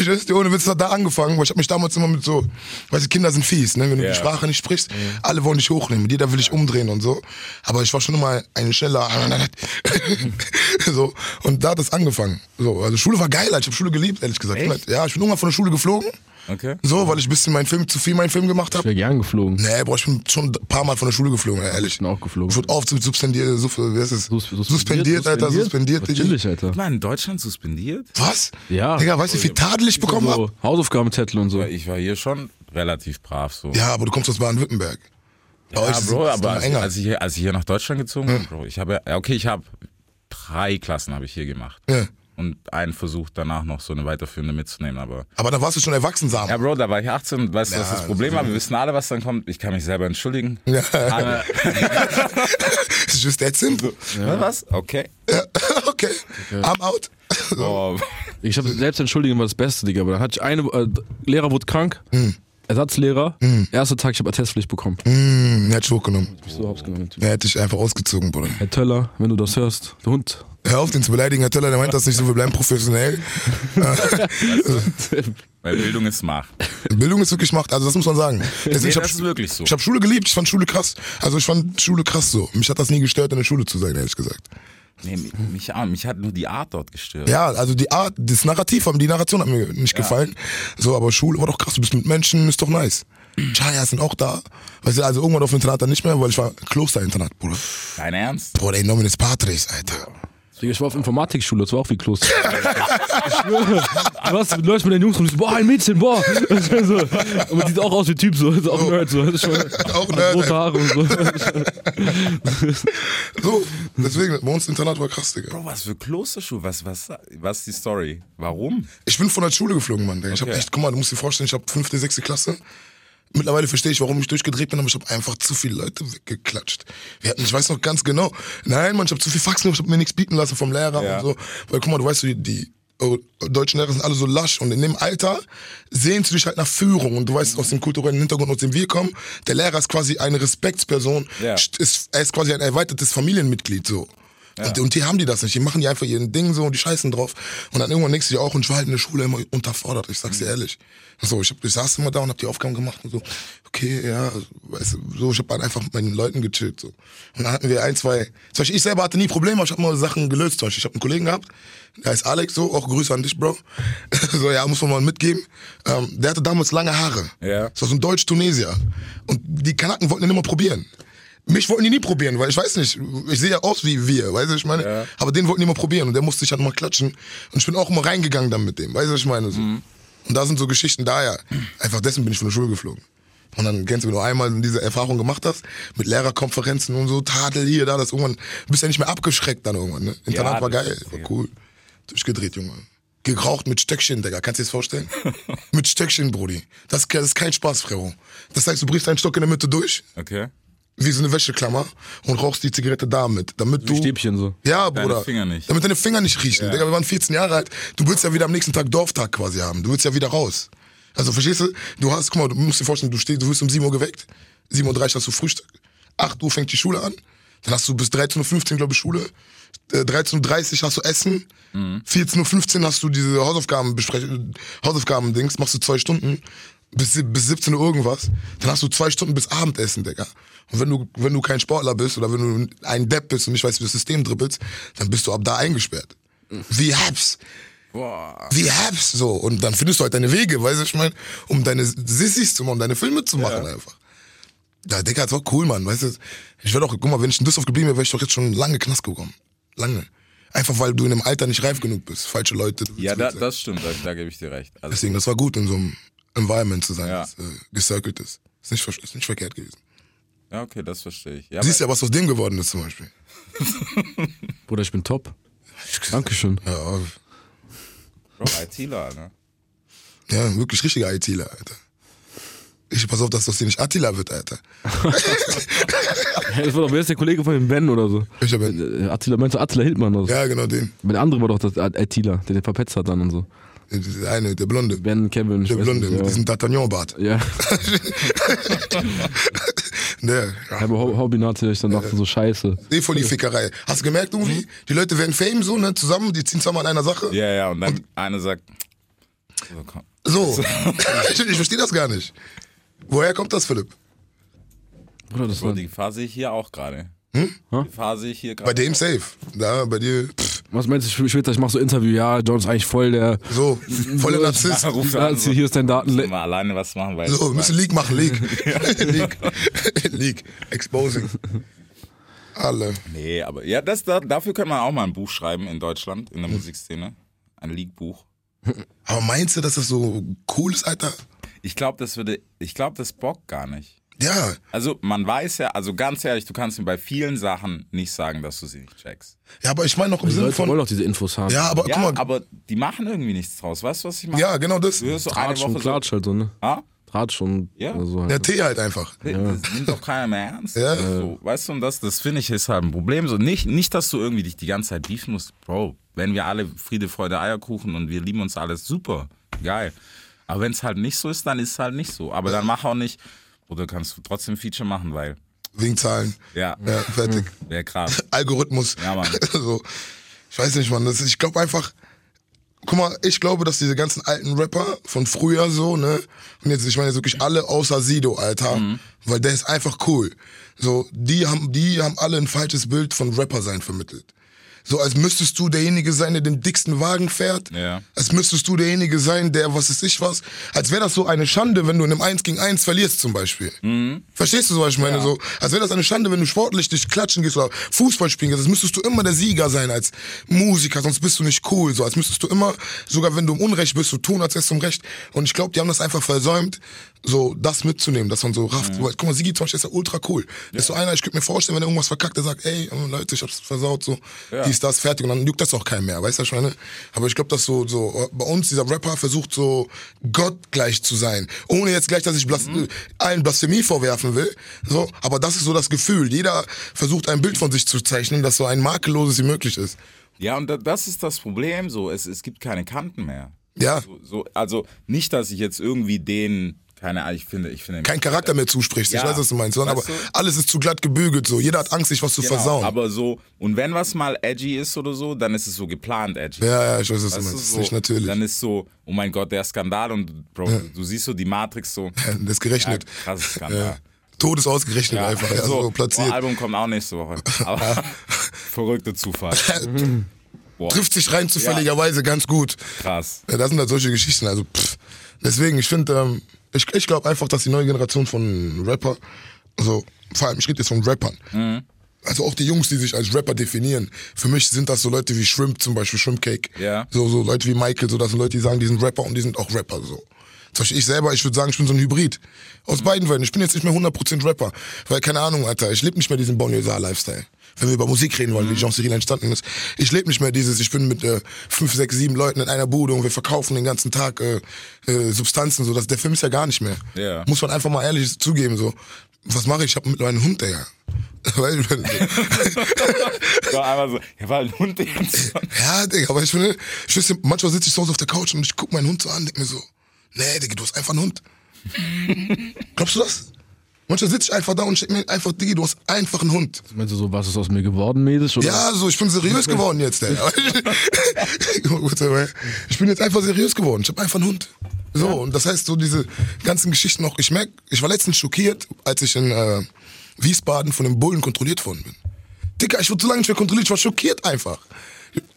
S6: Ich weiß dir, ohne Witz, das hat da angefangen, weil ich habe mich damals immer mit so, weißt du, Kinder sind fies, ne? wenn du
S1: Ja.
S6: die Sprache nicht sprichst, alle wollen dich hochnehmen, jeder will dich umdrehen und so. Aber ich war schon immer ein schneller, so. Und da hat es angefangen. So, also Schule war geil, Alter. ich habe Schule geliebt, ehrlich gesagt.
S1: Echt?
S6: Ja, ich bin irgendwann von der Schule geflogen,
S1: Okay.
S6: so, weil ich ein bisschen meinen Film, zu viel meinen Film gemacht
S7: Ich
S6: habe.
S7: wär gern geflogen.
S6: Nee, boah, ich bin schon ein paar Mal von der Schule geflogen, ehrlich.
S7: Ich bin auch geflogen.
S6: Ich wurde oft suspendiert, suf- wie heißt es?
S7: Sus-
S6: suspendiert, Alter, suspendiert. Digga.
S7: Natürlich, Alter.
S1: Hat man in Deutschland suspendiert?
S6: Was?
S7: Ja.
S6: Digga, weißt du, wie viel Tadel ich bekommen hab?
S7: So, Also, Hausaufgabenzettel und so.
S1: Ich war hier schon relativ brav so.
S6: Ja, aber du kommst aus Baden-Württemberg. Bei euch
S1: Ja,
S6: ist es-
S1: Ah, Bro,
S6: ist es
S1: aber also
S6: noch
S1: als,
S6: enger.
S1: Hm. als, ich, hier- als ich hier nach Deutschland gezogen bin, Bro, ich habe, ja, okay, ich habe drei Klassen habe ich hier gemacht.
S6: Ja.
S1: Und einen Versuch danach noch so eine weiterführende mitzunehmen. Aber
S6: Aber da warst du schon erwachsen, Sam.
S1: ja, Bro, da war ich 18, weißt du, was
S6: Ja,
S1: das Problem
S6: das-
S1: war? Wir wissen alle, was dann kommt. Ich kann mich selber entschuldigen.
S6: Ja.
S1: Alle- Ne,
S6: It's just that simple.
S1: Was? Okay.
S6: okay. I'm out.
S1: Oh.
S7: Ich habe selbst entschuldigen war das Beste, Digga. Aber dann hatte ich eine äh, Lehrer wurde krank, Ersatzlehrer. Erster Tag, ich habe Attestpflicht bekommen.
S6: Hm, hätte ich hochgenommen.
S7: So hab's genommen.
S6: Ja, hätte ich einfach ausgezogen, Bruder.
S7: Herr Töller, wenn du das hörst, der Hund.
S6: Hör auf, den zu beleidigen, Herr Teller, der meint das nicht so, wir bleiben professionell. Äh,
S1: Weil Bildung ist Macht.
S6: Bildung ist wirklich Macht, also das muss man sagen. Deswegen,
S1: Nee,
S6: ich hab-
S1: das ist wirklich so.
S6: Ich habe Schule geliebt, ich fand Schule krass. Also ich fand Schule krass so. Mich hat das nie gestört, in der Schule zu sein, ehrlich gesagt.
S1: Nee, mich, mich, auch. mich hat nur die Art dort gestört.
S6: Ja, also die Art, das Narrativ, aber die Narration hat mir nicht gefallen. So, aber Schule war doch krass, du bist mit Menschen, ist doch nice. Chayas sind auch da. Weißt du, also irgendwann auf dem Internat dann nicht mehr, weil ich war Klosterinternat, Bruder.
S1: Dein Ernst?
S6: Boah, der Nomen ist Patres, Alter.
S7: Digga, ich war auf Informatikschule, das war auch wie Kloster. ich schwöre. Du hast mit Leuten mit den Jungs rum, die so, boah, ein Mädchen, boah. Das wär so. Aber die sieht auch aus wie Typ, so, ist auch ein Nerd, so. Das ist schon,
S6: Oh. Auch ein
S7: hat
S6: Nerd,
S7: Rote Haare und so.
S6: So, deswegen, bei uns Internat war krass, Digga.
S1: Bro, was für Klosterschuhe? Was, was, was ist die Story? Warum?
S6: Ich bin von der Schule geflogen, Mann. Digga. Ich
S1: Okay.
S6: hab echt, guck mal, du musst dir vorstellen, ich habe fünfte, sechste Klasse. Mittlerweile verstehe ich, warum ich durchgedreht bin, aber ich habe einfach zu viele Leute weggeklatscht. Wir hatten, ich weiß noch ganz genau, nein, Mann, ich habe zu viel Faxen, ich habe mir nichts bieten lassen vom Lehrer
S1: Ja.
S6: und so. Weil guck mal, du weißt, die, die äh, deutschen Lehrer sind alle so lasch und in dem Alter sehen sie dich halt nach Führung und du weißt aus dem kulturellen Hintergrund, aus dem wir kommen, der Lehrer ist quasi eine Respektsperson,
S1: Ja.
S6: st- ist, er ist quasi ein erweitertes Familienmitglied so. Und, und die haben die das nicht. Die machen die einfach ihren Ding so und die scheißen drauf. Und dann irgendwann denkst du dir auch, und ich war halt in der Schule immer unterfordert, ich sag's dir ehrlich. So, ich, hab, ich saß immer da und hab die Aufgaben gemacht und so, okay, ja, weißt du, so, ich hab halt einfach mit meinen Leuten gechillt. So. Und dann hatten wir ein, zwei, zum Beispiel ich selber hatte nie Probleme, aber ich hab mal Sachen gelöst. Zum Beispiel, ich hab einen Kollegen gehabt, der heißt Alex, so, auch Grüße an dich, Bro. so, ja, muss man mal mitgeben. Ähm, der hatte damals lange Haare.
S1: Ja.
S6: Das war so ein Deutsch-Tunesier. Und die Kanaken wollten ihn immer probieren. Mich wollten die nie probieren, weil ich weiß nicht, ich sehe ja aus wie wir, weißt du, ich meine. Aber den wollten die immer probieren und der musste sich halt mal klatschen. Und ich bin auch immer reingegangen dann mit dem, weißt du, ich meine. So.
S1: Mhm.
S6: Und da sind so Geschichten daher. Einfach dessen bin ich von der Schule geflogen. Und dann kennst du, wenn du einmal diese Erfahrung gemacht hast, mit Lehrerkonferenzen und so, Tadel hier, da, das irgendwann, du bist ja nicht mehr abgeschreckt dann irgendwann, ne? Internat
S1: Ja,
S6: war
S1: das
S6: geil,
S1: ist-
S6: war cool. Durchgedreht, Junge. Geraucht mit Stöckchen, Digga. Kannst du dir das vorstellen? mit Stöckchen, Brudi. Das, das ist kein Spaß, Frero. Das heißt, du brichst deinen Stock in der Mitte durch,
S1: Okay.
S6: wie so eine Wäscheklammer, und rauchst die Zigarette damit. Damit du.
S7: Stäbchen, so.
S6: Ja,
S1: Deine
S6: Bruder.
S1: Finger nicht.
S6: Damit deine Finger nicht riechen. Digga, wir waren 14 Jahre alt. Du willst ja wieder am nächsten Tag Dorftag quasi haben. Du willst ja wieder raus. Also verstehst du, du hast, guck mal, du musst dir vorstellen, du stehst, du wirst um 7 Uhr geweckt, 7.30 Uhr hast du Frühstück, 8 Uhr fängt die Schule an, dann hast du bis 13.15 Uhr, glaube ich, Schule, äh, 13.30 Uhr hast du Essen,
S1: Mhm.
S6: 14.15 Uhr hast du diese Hausaufgaben, Hausaufgaben-Dings, machst du zwei Stunden, bis, sie- bis 17 Uhr irgendwas, dann hast du zwei Stunden bis Abendessen, Digga. Und wenn du, wenn du kein Sportler bist oder wenn du ein Depp bist und nicht weißt, wie du das System dribbelst, dann bist du ab da eingesperrt. Wie hab's? Wie hab's? So. Und dann findest du halt deine Wege, weißt du, ich meine, um deine Sissis zu machen, um deine Filme zu machen einfach. Da, Digga, das war cool, Mann, weißt du. Ich wäre doch, guck mal, wenn ich in Düsseldorf geblieben wäre, wäre ich doch jetzt schon lange in den Knast gekommen. Lange. Einfach weil du in dem Alter nicht reif genug bist. Falsche Leute. du willst
S1: Ja,
S6: gut
S1: da,
S6: sein.
S1: das stimmt, da, da gebe ich dir recht. Also,
S6: Deswegen, das war gut, in so einem Environment zu sein,
S1: Ja.
S6: das äh, gecircled ist. Ist nicht, ver- ist nicht verkehrt gewesen.
S1: ja, okay, das verstehe ich. Ja,
S6: Siehst ja, was aus dem geworden ist zum Beispiel.
S7: Bruder, ich bin top. Dankeschön.
S6: Ja,
S1: Bro, ITler, ne?
S6: ja wirklich richtiger ITler, Alter. Ich pass auf, dass das hier nicht Attila wird, Alter.
S7: Hey, das war doch, wer ist der Kollege von dem Ben oder so?
S6: Ich hab ja,
S7: Äh, Attila, meinst du Attila Hildmann oder so?
S6: ja, genau den.
S7: Aber Der andere war doch das At- Attila, der den verpetzt hat dann und so.
S6: Der eine, der Blonde.
S7: Ben, Kevin, ich
S6: Der
S7: weiß
S6: Blonde,
S7: nicht,
S6: mit diesem D'Artagnan-Bart.
S7: ja. ja.
S6: Ne, ja.
S7: Halbe Ho- Hobby-Nazi, ich dann dachte so, scheiße.
S6: Eh voll die Fickerei. Hast du gemerkt, irgendwie? Die Leute werden Fame so, ne? Zusammen, die ziehen zusammen an einer Sache.
S1: Hm? Ja, ja, und dann einer sagt, so, komm.
S6: So. ich ich verstehe das gar nicht. Woher kommt das, Philipp?
S7: Bruder, das
S1: Bro,
S7: war,
S1: die Gefahr sehe ich hier auch gerade. Die Gefahr sehe ich hier gerade.
S6: Bei dem safe. Da, bei dir, pff,
S7: was meinst du später? Ich mach so Interview, ja, John ist eigentlich voll der
S6: so, voller Narzisst.
S1: Ruf an,
S7: Nazi,
S1: so, ne?
S7: hier ist dein
S1: müssen
S7: Daten.
S1: wir alleine was machen, weil
S6: So, wir müssen Leak machen, Leak. Leak. Leak. Exposing. Alle.
S1: Nee, aber ja, das, da, dafür könnte man auch mal ein Buch schreiben in Deutschland, in der Musikszene. Ein Leak-Buch.
S6: Aber meinst du, dass das so cool ist, Alter?
S1: Ich glaube, das würde, ich glaube, das bockt gar nicht.
S6: Ja,
S1: Also man weiß ja, also ganz ehrlich, du kannst mir bei vielen Sachen nicht sagen, dass du sie nicht checkst.
S6: ja aber ich meine noch im
S7: Die
S6: Sinne
S7: Leute wollen
S6: von.
S7: doch diese Infos haben.
S6: Ja, aber
S1: Ja,
S6: guck mal.
S1: aber die machen irgendwie nichts draus. Weißt du, was ich meine?
S6: ja, genau das.
S1: Du hörst so eine
S7: Tratsch und
S1: Woche so,
S7: Klatsch halt so, ne?
S1: ah,
S7: Tratsch und
S1: Ja.
S7: so halt.
S6: Der Tee halt einfach.
S1: das nimmt doch keiner mehr ernst.
S6: Ja.
S1: So, weißt du, und das, das finde ich ist halt ein Problem. So, nicht, nicht, dass du irgendwie dich die ganze Zeit beefen musst. Bro, wenn wir alle Friede, Freude, Eierkuchen und wir lieben uns alles, super, geil. Aber wenn es halt nicht so ist, dann ist es halt nicht so. Aber dann mach auch nicht, oder kannst du trotzdem Feature machen, weil,
S6: Wegen Zahlen.
S1: ja,
S6: Ja, fertig.
S1: wäre krass.
S6: Algorithmus.
S1: Ja, Mann.
S6: so. Ich weiß nicht, Mann. Das, ich glaube einfach, guck mal, ich glaube, dass diese ganzen alten Rapper von früher so, ne, und jetzt, ich meine jetzt wirklich alle außer Sido, Alter,
S1: Mhm.
S6: weil der ist einfach cool. So, die haben, die haben alle ein falsches Bild von Rapper sein vermittelt. So, als müsstest du derjenige sein, der den dicksten Wagen fährt.
S1: Ja.
S6: Als müsstest du derjenige sein, der, was ist ich was. Als wäre das so eine Schande, wenn du in einem 1 gegen 1 verlierst, zum Beispiel. Verstehst du, was ich meine? So, als wäre das eine Schande, wenn du sportlich dich klatschen gehst oder Fußball spielen gehst. Als müsstest du immer der Sieger sein als Musiker, sonst bist du nicht cool. So, als müsstest du immer, sogar wenn du im Unrecht bist, so tun, als wärst du im Recht. Und ich glaube, die haben das einfach versäumt, so das mitzunehmen, dass man so rafft. So, guck mal, Sigi zum Beispiel ist ja ultra cool. Ist so einer, ich könnte mir vorstellen, wenn er irgendwas verkackt, der sagt, ey, äh, Leute, ich hab's versaut, so, dies, das, fertig. Und dann juckt das auch keinen mehr, weißt du, was ich meine? Aber ich glaube, dass so, so, äh, bei uns dieser Rapper versucht so gottgleich zu sein. Ohne jetzt gleich, dass ich blas
S1: Mhm.
S6: allen Blasphemie vorwerfen will, so. Aber das ist so das Gefühl. Jeder versucht ein Bild von sich zu zeichnen, das so ein makelloses wie möglich ist.
S1: Ja, und da- das ist das Problem. So, es, es gibt keine Kanten mehr.
S6: Ja.
S1: So, so, also nicht, dass ich jetzt irgendwie den, keine Ahnung, ich finde, ich finde.
S6: Kein Charakter mehr zusprichst, ich
S1: Ja.
S6: weiß, was du meinst, sondern
S1: Weißt
S6: aber
S1: du?
S6: alles ist zu glatt gebügelt, so. Jeder hat Angst, sich was zu
S1: Genau,
S6: versauen.
S1: Aber so, und wenn was mal edgy ist oder so, dann ist es so geplant edgy.
S6: Ja, ja, ich weiß, was
S1: Weißt
S6: du meinst.
S1: du,
S6: Das ist
S1: so,
S6: nicht natürlich.
S1: Dann ist so, oh mein Gott, der Skandal und Bro, du siehst so die Matrix so.
S6: das ist gerechnet.
S1: krasses Skandal. also,
S6: Ja. Tod ist ausgerechnet Äh, einfach, ja, so, platziert.
S1: Boah, Album kommt auch nächste Woche. Aber verrückter Zufall.
S6: Trifft sich rein zufälligerweise ganz gut.
S1: Krass.
S6: Ja, das sind halt solche Geschichten. Also, pff. Deswegen, ich finde, ähm, ich, ich glaube einfach, dass die neue Generation von Rapper, also vor allem, ich rede jetzt von Rappern,
S1: Mhm.
S6: also auch die Jungs, die sich als Rapper definieren, für mich sind das so Leute wie Shrimp zum Beispiel, Shrimpcake.
S1: Ja.
S6: So, so Leute wie Michael, so das sind Leute, die sagen, die sind Rapper und die sind auch Rapper. so. Zum Beispiel ich selber, ich würde sagen, ich bin so ein Hybrid. Aus beiden Welten. Ich bin jetzt nicht mehr 100% Rapper. Weil, keine Ahnung, Alter, ich lebe nicht mehr diesen Bonnier-Lifestyle. Wenn wir über Musik reden wollen, wie
S1: Mhm.
S6: Jean-Cyril entstanden ist. Ich lebe nicht mehr dieses, ich bin mit äh, fünf, sechs, sieben Leuten in einer Bude und wir verkaufen den ganzen Tag äh, äh, Substanzen. So. Das, der Film ist ja gar nicht mehr.
S1: Ja.
S6: Muss man einfach mal ehrlich zugeben. so. Was mache ich? Ich habe mittlerweile einen Hund, Digga. Weil ich bin-
S1: So einmal so, ja, war ein Hund jetzt.
S6: Ja, Digga, aber ich finde, ich weiß, manchmal sitze ich zu Hause auf der Couch und ich gucke meinen Hund so an, denk mir so, nee, Digga, du hast einfach einen Hund. Glaubst du das? Manchmal sitze ich einfach da und denk mir einfach, Digga, du hast einfach einen Hund.
S7: Meinst du so, was ist aus mir geworden mäßig? Oder?
S6: Ja, so, ich bin seriös geworden jetzt, Digga. ich bin jetzt einfach seriös geworden, ich habe einfach einen Hund. So, und das heißt, so diese ganzen Geschichten auch, ich merk, ich war letztens schockiert, als ich in äh, Wiesbaden von einem Bullen kontrolliert worden bin. Digga, ich wurde so lange nicht mehr kontrolliert, ich war schockiert einfach.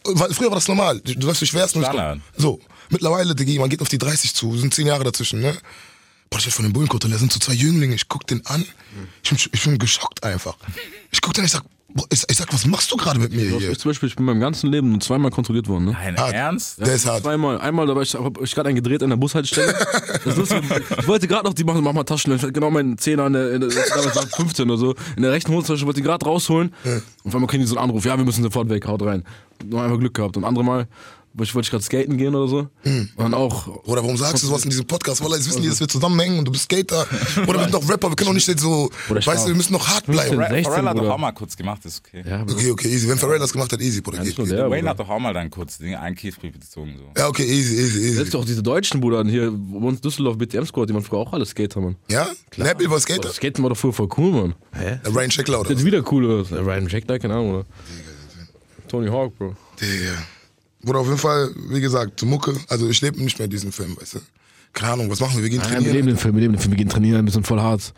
S6: Weil früher war das normal. Du weißt, ich wär's nicht.
S1: Standard.
S6: So, mittlerweile, Digga, man geht auf die 30 zu, sind 10 Jahre dazwischen, ne? Boah, ich werd von den Bullen kontrolliert, da sind so zwei Jünglinge, ich guck den an, ich bin, ich bin geschockt einfach. Ich guck den an, ich sag, boah, ich, ich sag, was machst du gerade mit mir hier?
S7: Ich zum Beispiel, ich bin meinem ganzen Leben nur zweimal kontrolliert worden, ne?
S1: Nein,
S6: Hart.
S1: Ernst?
S6: Der ist hart.
S7: Zweimal. Einmal, da war ich, hab ich gerade einen gedreht an der Bushaltestelle. Das ist lustig. Ich wollte gerade noch die machen, mach mal Taschen. Ich hatte genau meinen Zehner in der, in der damals war ich 15 oder so. In der rechten Hosentasche wollte ich gerade rausholen. Und auf einmal kriegen die so einen Anruf, ja, wir müssen sofort weg, haut rein. Nur einmal Glück gehabt. Und andere Mal wo ich- wollte ich gerade skaten gehen oder so. Und dann auch.
S6: Oder warum sagst du sowas in diesem Podcast? Weil jetzt wissen die, dass wir zusammenhängen und du bist Skater. Oder wir sind noch Rapper, wir können doch nicht so,
S7: Oder ich
S6: weißt du,
S7: war-
S6: wir müssen noch hart bleiben.
S7: 16,
S1: Pharrell hat doch
S7: Bruder.
S1: auch mal kurz gemacht, ist okay.
S7: Ja, aber
S6: Okay, okay, easy. Wenn Pharrell das gemacht hat, easy, Bruder. Geht,
S7: nicht nur
S6: geht.
S7: der,
S1: Wayne
S7: Bruder.
S1: hat doch auch mal dann kurz Dinge, einen Kiesbrief gezogen. So.
S6: Ja, okay, easy, easy,
S7: Selbst
S6: easy.
S7: auch diese deutschen Bruder hier, bei uns Düsseldorf BTM-Squad, die waren früher auch alle Skater, Mann.
S6: Ja? Nappy war Skater?
S7: Das Skaten war doch früher voll cool, Mann.
S6: Ryan Sheckler oder
S7: Jetzt
S6: was?
S7: wieder cool, oder? Ryan Jack, da, keine Ahnung, oder? Tony Hawk, Bro.
S6: Digga. Bruder, auf jeden Fall, wie gesagt, Mucke. Also ich lebe nicht mehr diesen Film, weißt du. Keine Ahnung, was machen wir? Wir gehen
S7: Ja, wir leben
S6: trainieren.
S7: den Film, wir leben den Film, wir gehen trainieren, wir sind voll hart.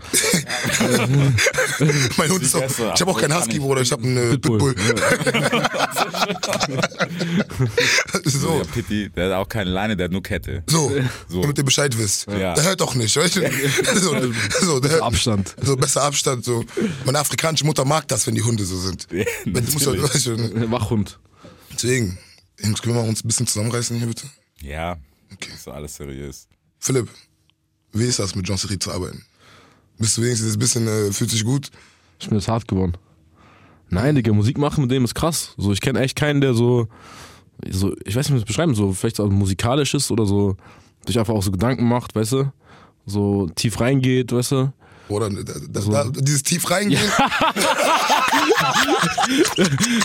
S6: mein Hund ist auch, ich
S1: Gäste,
S6: habe auch keinen
S1: kann
S6: Husky,
S1: ich-
S6: Bruder, ich habe einen äh, Pitbull. so,
S1: Der Pitti, der hat auch keine Leine, der hat nur Kette.
S6: so,
S1: So.
S6: damit ihr Bescheid wisst.
S1: Ja.
S6: Der hört doch nicht, weißt du? So, so, der hört,
S7: Abstand.
S6: So, besser Abstand, so. Meine afrikanische Mutter mag das, wenn die Hunde so sind.
S1: Ja,
S6: Wenn- muss doch-
S1: natürlich.
S6: weißt du, ne?
S7: Wachhund.
S6: Deswegen, Jungs, können wir uns ein bisschen zusammenreißen hier bitte?
S1: Ja, okay. ist doch alles seriös.
S6: Philipp, wie ist das, mit John Siri zu arbeiten? Bist du wenigstens ein bisschen, äh, fühlt sich gut?
S7: Ich bin jetzt hart geworden. Nein, Digga, Musik machen mit dem ist krass. So, ich kenne echt keinen, der so, so, ich weiß nicht, wie ich das beschreiben, so vielleicht so musikalisch ist oder so, sich einfach auch so Gedanken macht, weißt du? So tief reingeht, weißt du?
S6: Oder äh, da, da, da, dieses tief reingehen.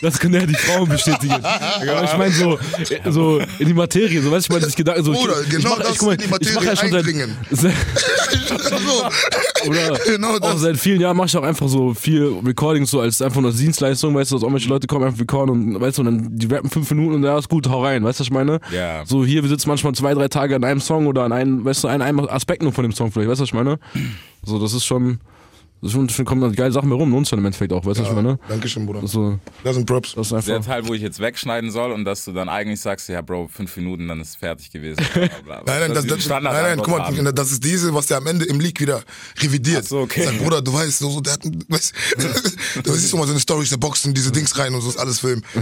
S7: Das können ja die Frauen bestätigen. Aber ich meine so, so in die Materie, so weißt du, ich meine, sich Gedanken so.
S6: Bruder,
S7: ich,
S6: genau
S7: ich mach,
S6: das
S7: ich, guck mal,
S6: in die
S7: ich mach
S6: Materie
S7: ja schon seit,
S6: eindringen. so.
S7: Oder
S6: Genau
S7: auch
S6: das.
S7: seit vielen Jahren mache ich auch einfach so viel Recordings so als einfach nur Dienstleistung, weißt du, dass irgendwelche Leute kommen einfach recorden und weißt du, und dann die rappen fünf Minuten und ja, ist gut, hau rein, weißt du, was ich meine?
S1: Ja.
S7: So hier, wir sitzen manchmal zwei, drei Tage an einem Song oder an einem, weißt du, an einem Aspekt nur von dem Song vielleicht, weißt du, was ich meine? So, das ist schon, das ist schon, schon kommen dann geile Sachen bei rum, uns dann im Endeffekt auch, weißt du, was ich meine?
S6: Dankeschön, Bruder.
S7: ne? So,
S6: Das sind Props.
S7: das ist
S1: Der
S7: einfach.
S1: Teil, wo ich jetzt wegschneiden soll und dass du dann eigentlich sagst, ja, Bro, fünf Minuten, dann ist es fertig gewesen. Bla, bla, bla.
S6: Nein, nein,
S1: Dass
S6: das,
S1: die
S6: das, nein,
S1: Standard
S6: nein, guck
S1: Antwort
S6: mal,
S1: haben.
S6: das ist diese, was der am Ende im Leak wieder revidiert.
S1: Ach so, okay.
S6: Sein Bruder, du weißt, so, so der hat, weißt, da siehst du mal so eine Story, der boxt in diese Dings rein und so ist alles Film.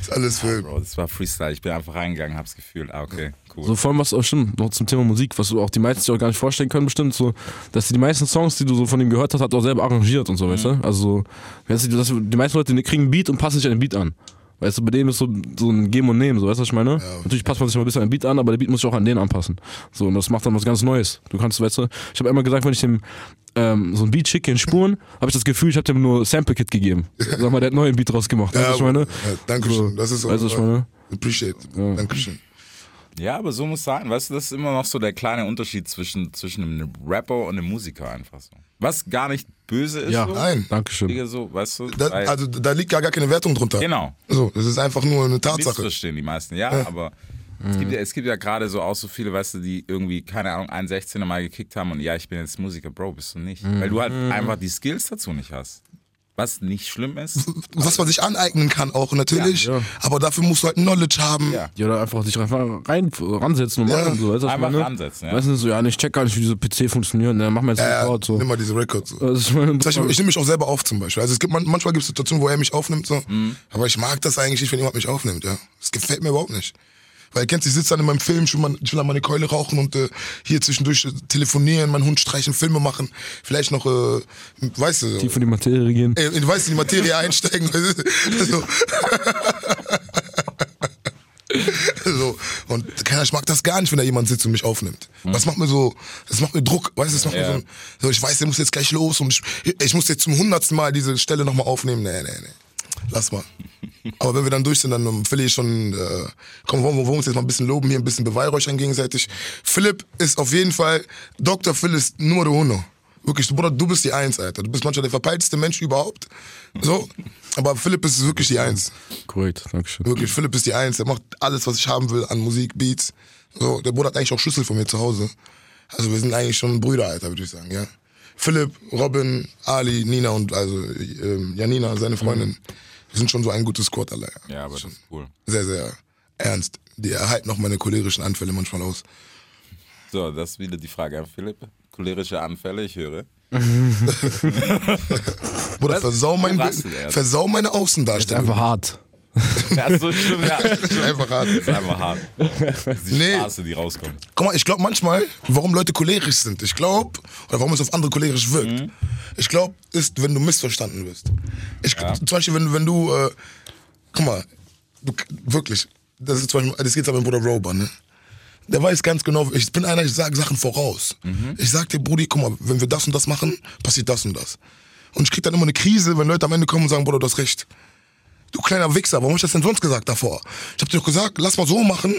S6: ist alles Film.
S1: Bro, das war Freestyle. Ich bin einfach reingegangen, hab's gefühlt. Ah, okay, cool.
S7: So vor allem was auch stimmt, noch zum Thema Musik, was du auch die meisten sich auch gar nicht vorstellen können, bestimmt, so, dass die meisten Songs, die du so von ihm gehört hast, hat er auch selber arrangiert und so, weißt du? Also, weißt du, dass die meisten Leute die kriegen einen Beat und passen sich an den Beat an. Weißt du, bei dem ist so, so ein Geben und Nehmen, so, weißt du, was ich meine? Natürlich passt man sich mal ein bisschen an den Beat an, aber der Beat muss sich auch an den anpassen. So, und das macht dann was ganz Neues. Du kannst, weißt du, ich habe immer gesagt, wenn ich dem ähm, so ein Beat schicke in Spuren, habe ich das Gefühl, ich habe dem nur Sample-Kit gegeben. Sag mal, der hat einen neuen Beat rausgemacht, weißt du, was ich meine?
S6: Dankeschön. Das ist
S7: weißt du, was ich meine?
S6: Appreciate. Dankeschön.
S1: Ja, aber so muss sein. Weißt du, das ist immer noch so der kleine Unterschied zwischen, zwischen einem Rapper und einem Musiker einfach so. Was gar nicht böse ist.
S7: Ja,
S1: so.
S6: Nein.
S7: Dankeschön.
S1: Digga, so, weißt du?
S6: Da,
S1: weil-
S6: also da liegt gar, gar keine Wertung drunter.
S1: genau.
S6: So, das ist einfach nur eine Tatsache.
S1: Missverstehen die meisten, ja, aber es gibt ja, es gibt ja gerade so auch so viele, weißt du, die irgendwie, keine Ahnung, einen 16er mal gekickt haben und ja, ich bin jetzt Musiker, Bro, bist du nicht. Weil du halt einfach die Skills dazu nicht hast. Was nicht schlimm ist.
S6: Was man sich aneignen kann auch natürlich, aber dafür musst du halt Knowledge haben.
S1: Ja.
S7: Ja, oder einfach sich einfach rein, ransetzen und machen. So, weißt du, was ich
S1: Einfach
S7: meine?
S1: ransetzen, ja.
S7: Weißt du, so, ja, nee, ich check gar nicht, wie diese PC funktionieren, ne, mach mir jetzt
S6: Ja,
S7: sofort so.
S6: Äh, Nimm mal diese Records. So.
S7: Also, ich meine,
S6: Zum Beispiel, ich nehme mich auch selber auf zum Beispiel. Also es gibt man, manchmal gibt es Situationen, wo er mich aufnimmt, so. aber ich mag das eigentlich nicht, wenn jemand mich aufnimmt. Ja, das gefällt mir überhaupt nicht. Weil kennst du, ich sitze dann in meinem Film, schon mal, ich will an meine Keule rauchen und äh, hier zwischendurch äh, telefonieren, meinen Hund streichen, Filme machen, vielleicht noch, äh, weißt du, so,
S7: tief in die Materie gehen.
S6: äh, in, weißt du, in die Materie einsteigen. Also. weißt du, so. so. Und keiner, ich mag das gar nicht, wenn da jemand sitzt und mich aufnimmt. Das macht mir so, das macht mir Druck, weißt du, das macht mir so, ein- so, ich weiß, der muss jetzt gleich los und ich, ich muss jetzt zum hundertsten Mal diese Stelle nochmal aufnehmen. Nee, nee, nee. Lass mal. Aber wenn wir dann durch sind, dann ähm, Philly ist schon, äh, komm, wollen wir wollen wir uns jetzt mal ein bisschen loben, hier ein bisschen beweihräuchern gegenseitig. Philipp ist auf jeden Fall, Dr. Phil ist Nummer uno. Wirklich, Bruder, du bist die Eins, Alter. Du bist manchmal der verpeilteste Mensch überhaupt. So. Aber Philipp ist wirklich die Eins.
S7: Korrekt, Dankeschön.
S6: Wirklich, Philipp ist die Eins. Der macht alles, was ich haben will an Musik, Beats. So, der Bruder hat eigentlich auch Schlüssel von mir zu Hause. Also wir sind eigentlich schon Brüder, Alter, würde ich sagen, ja. Philipp, Robin, Ali, Nina und also ähm, Janina, seine Freundin. Wir sind schon so ein gutes Squad alle.
S1: Ja, aber das ist cool.
S6: Sehr, sehr ernst. Die erhalten auch meine cholerischen Anfälle manchmal aus.
S1: So, das ist wieder die Frage an Philipp. Cholerische Anfälle, ich höre.
S6: Bruder, versau, mein
S1: rastet
S6: Bild-
S1: er jetzt?
S6: versau meine
S7: Ist
S6: Außendarstellung.
S7: einfach hart.
S1: Das ist so schlimm, ja. Das
S6: Einfach hart.
S1: ist einfach hart. Das ist die
S6: Nee.
S1: Straße, die rauskommt.
S6: Guck mal, ich glaube manchmal, warum Leute cholerisch sind. Ich glaube, oder warum es auf andere cholerisch wirkt. Ich glaube, ist, wenn du missverstanden wirst. Ich, Zum Beispiel, wenn, wenn du, äh, guck mal, du, wirklich, das ist zum Beispiel, das geht's aber meinem Bruder Rober, ne? Der weiß ganz genau, ich bin einer, ich sage Sachen voraus. Ich sag dir, Brudi, guck mal, wenn wir das und das machen, passiert das und das. Und ich krieg dann immer eine Krise, wenn Leute am Ende kommen und sagen, Bruder, du hast recht. Du kleiner Wichser, warum hab ich das denn sonst gesagt davor? Ich hab dir doch gesagt, lass mal so machen,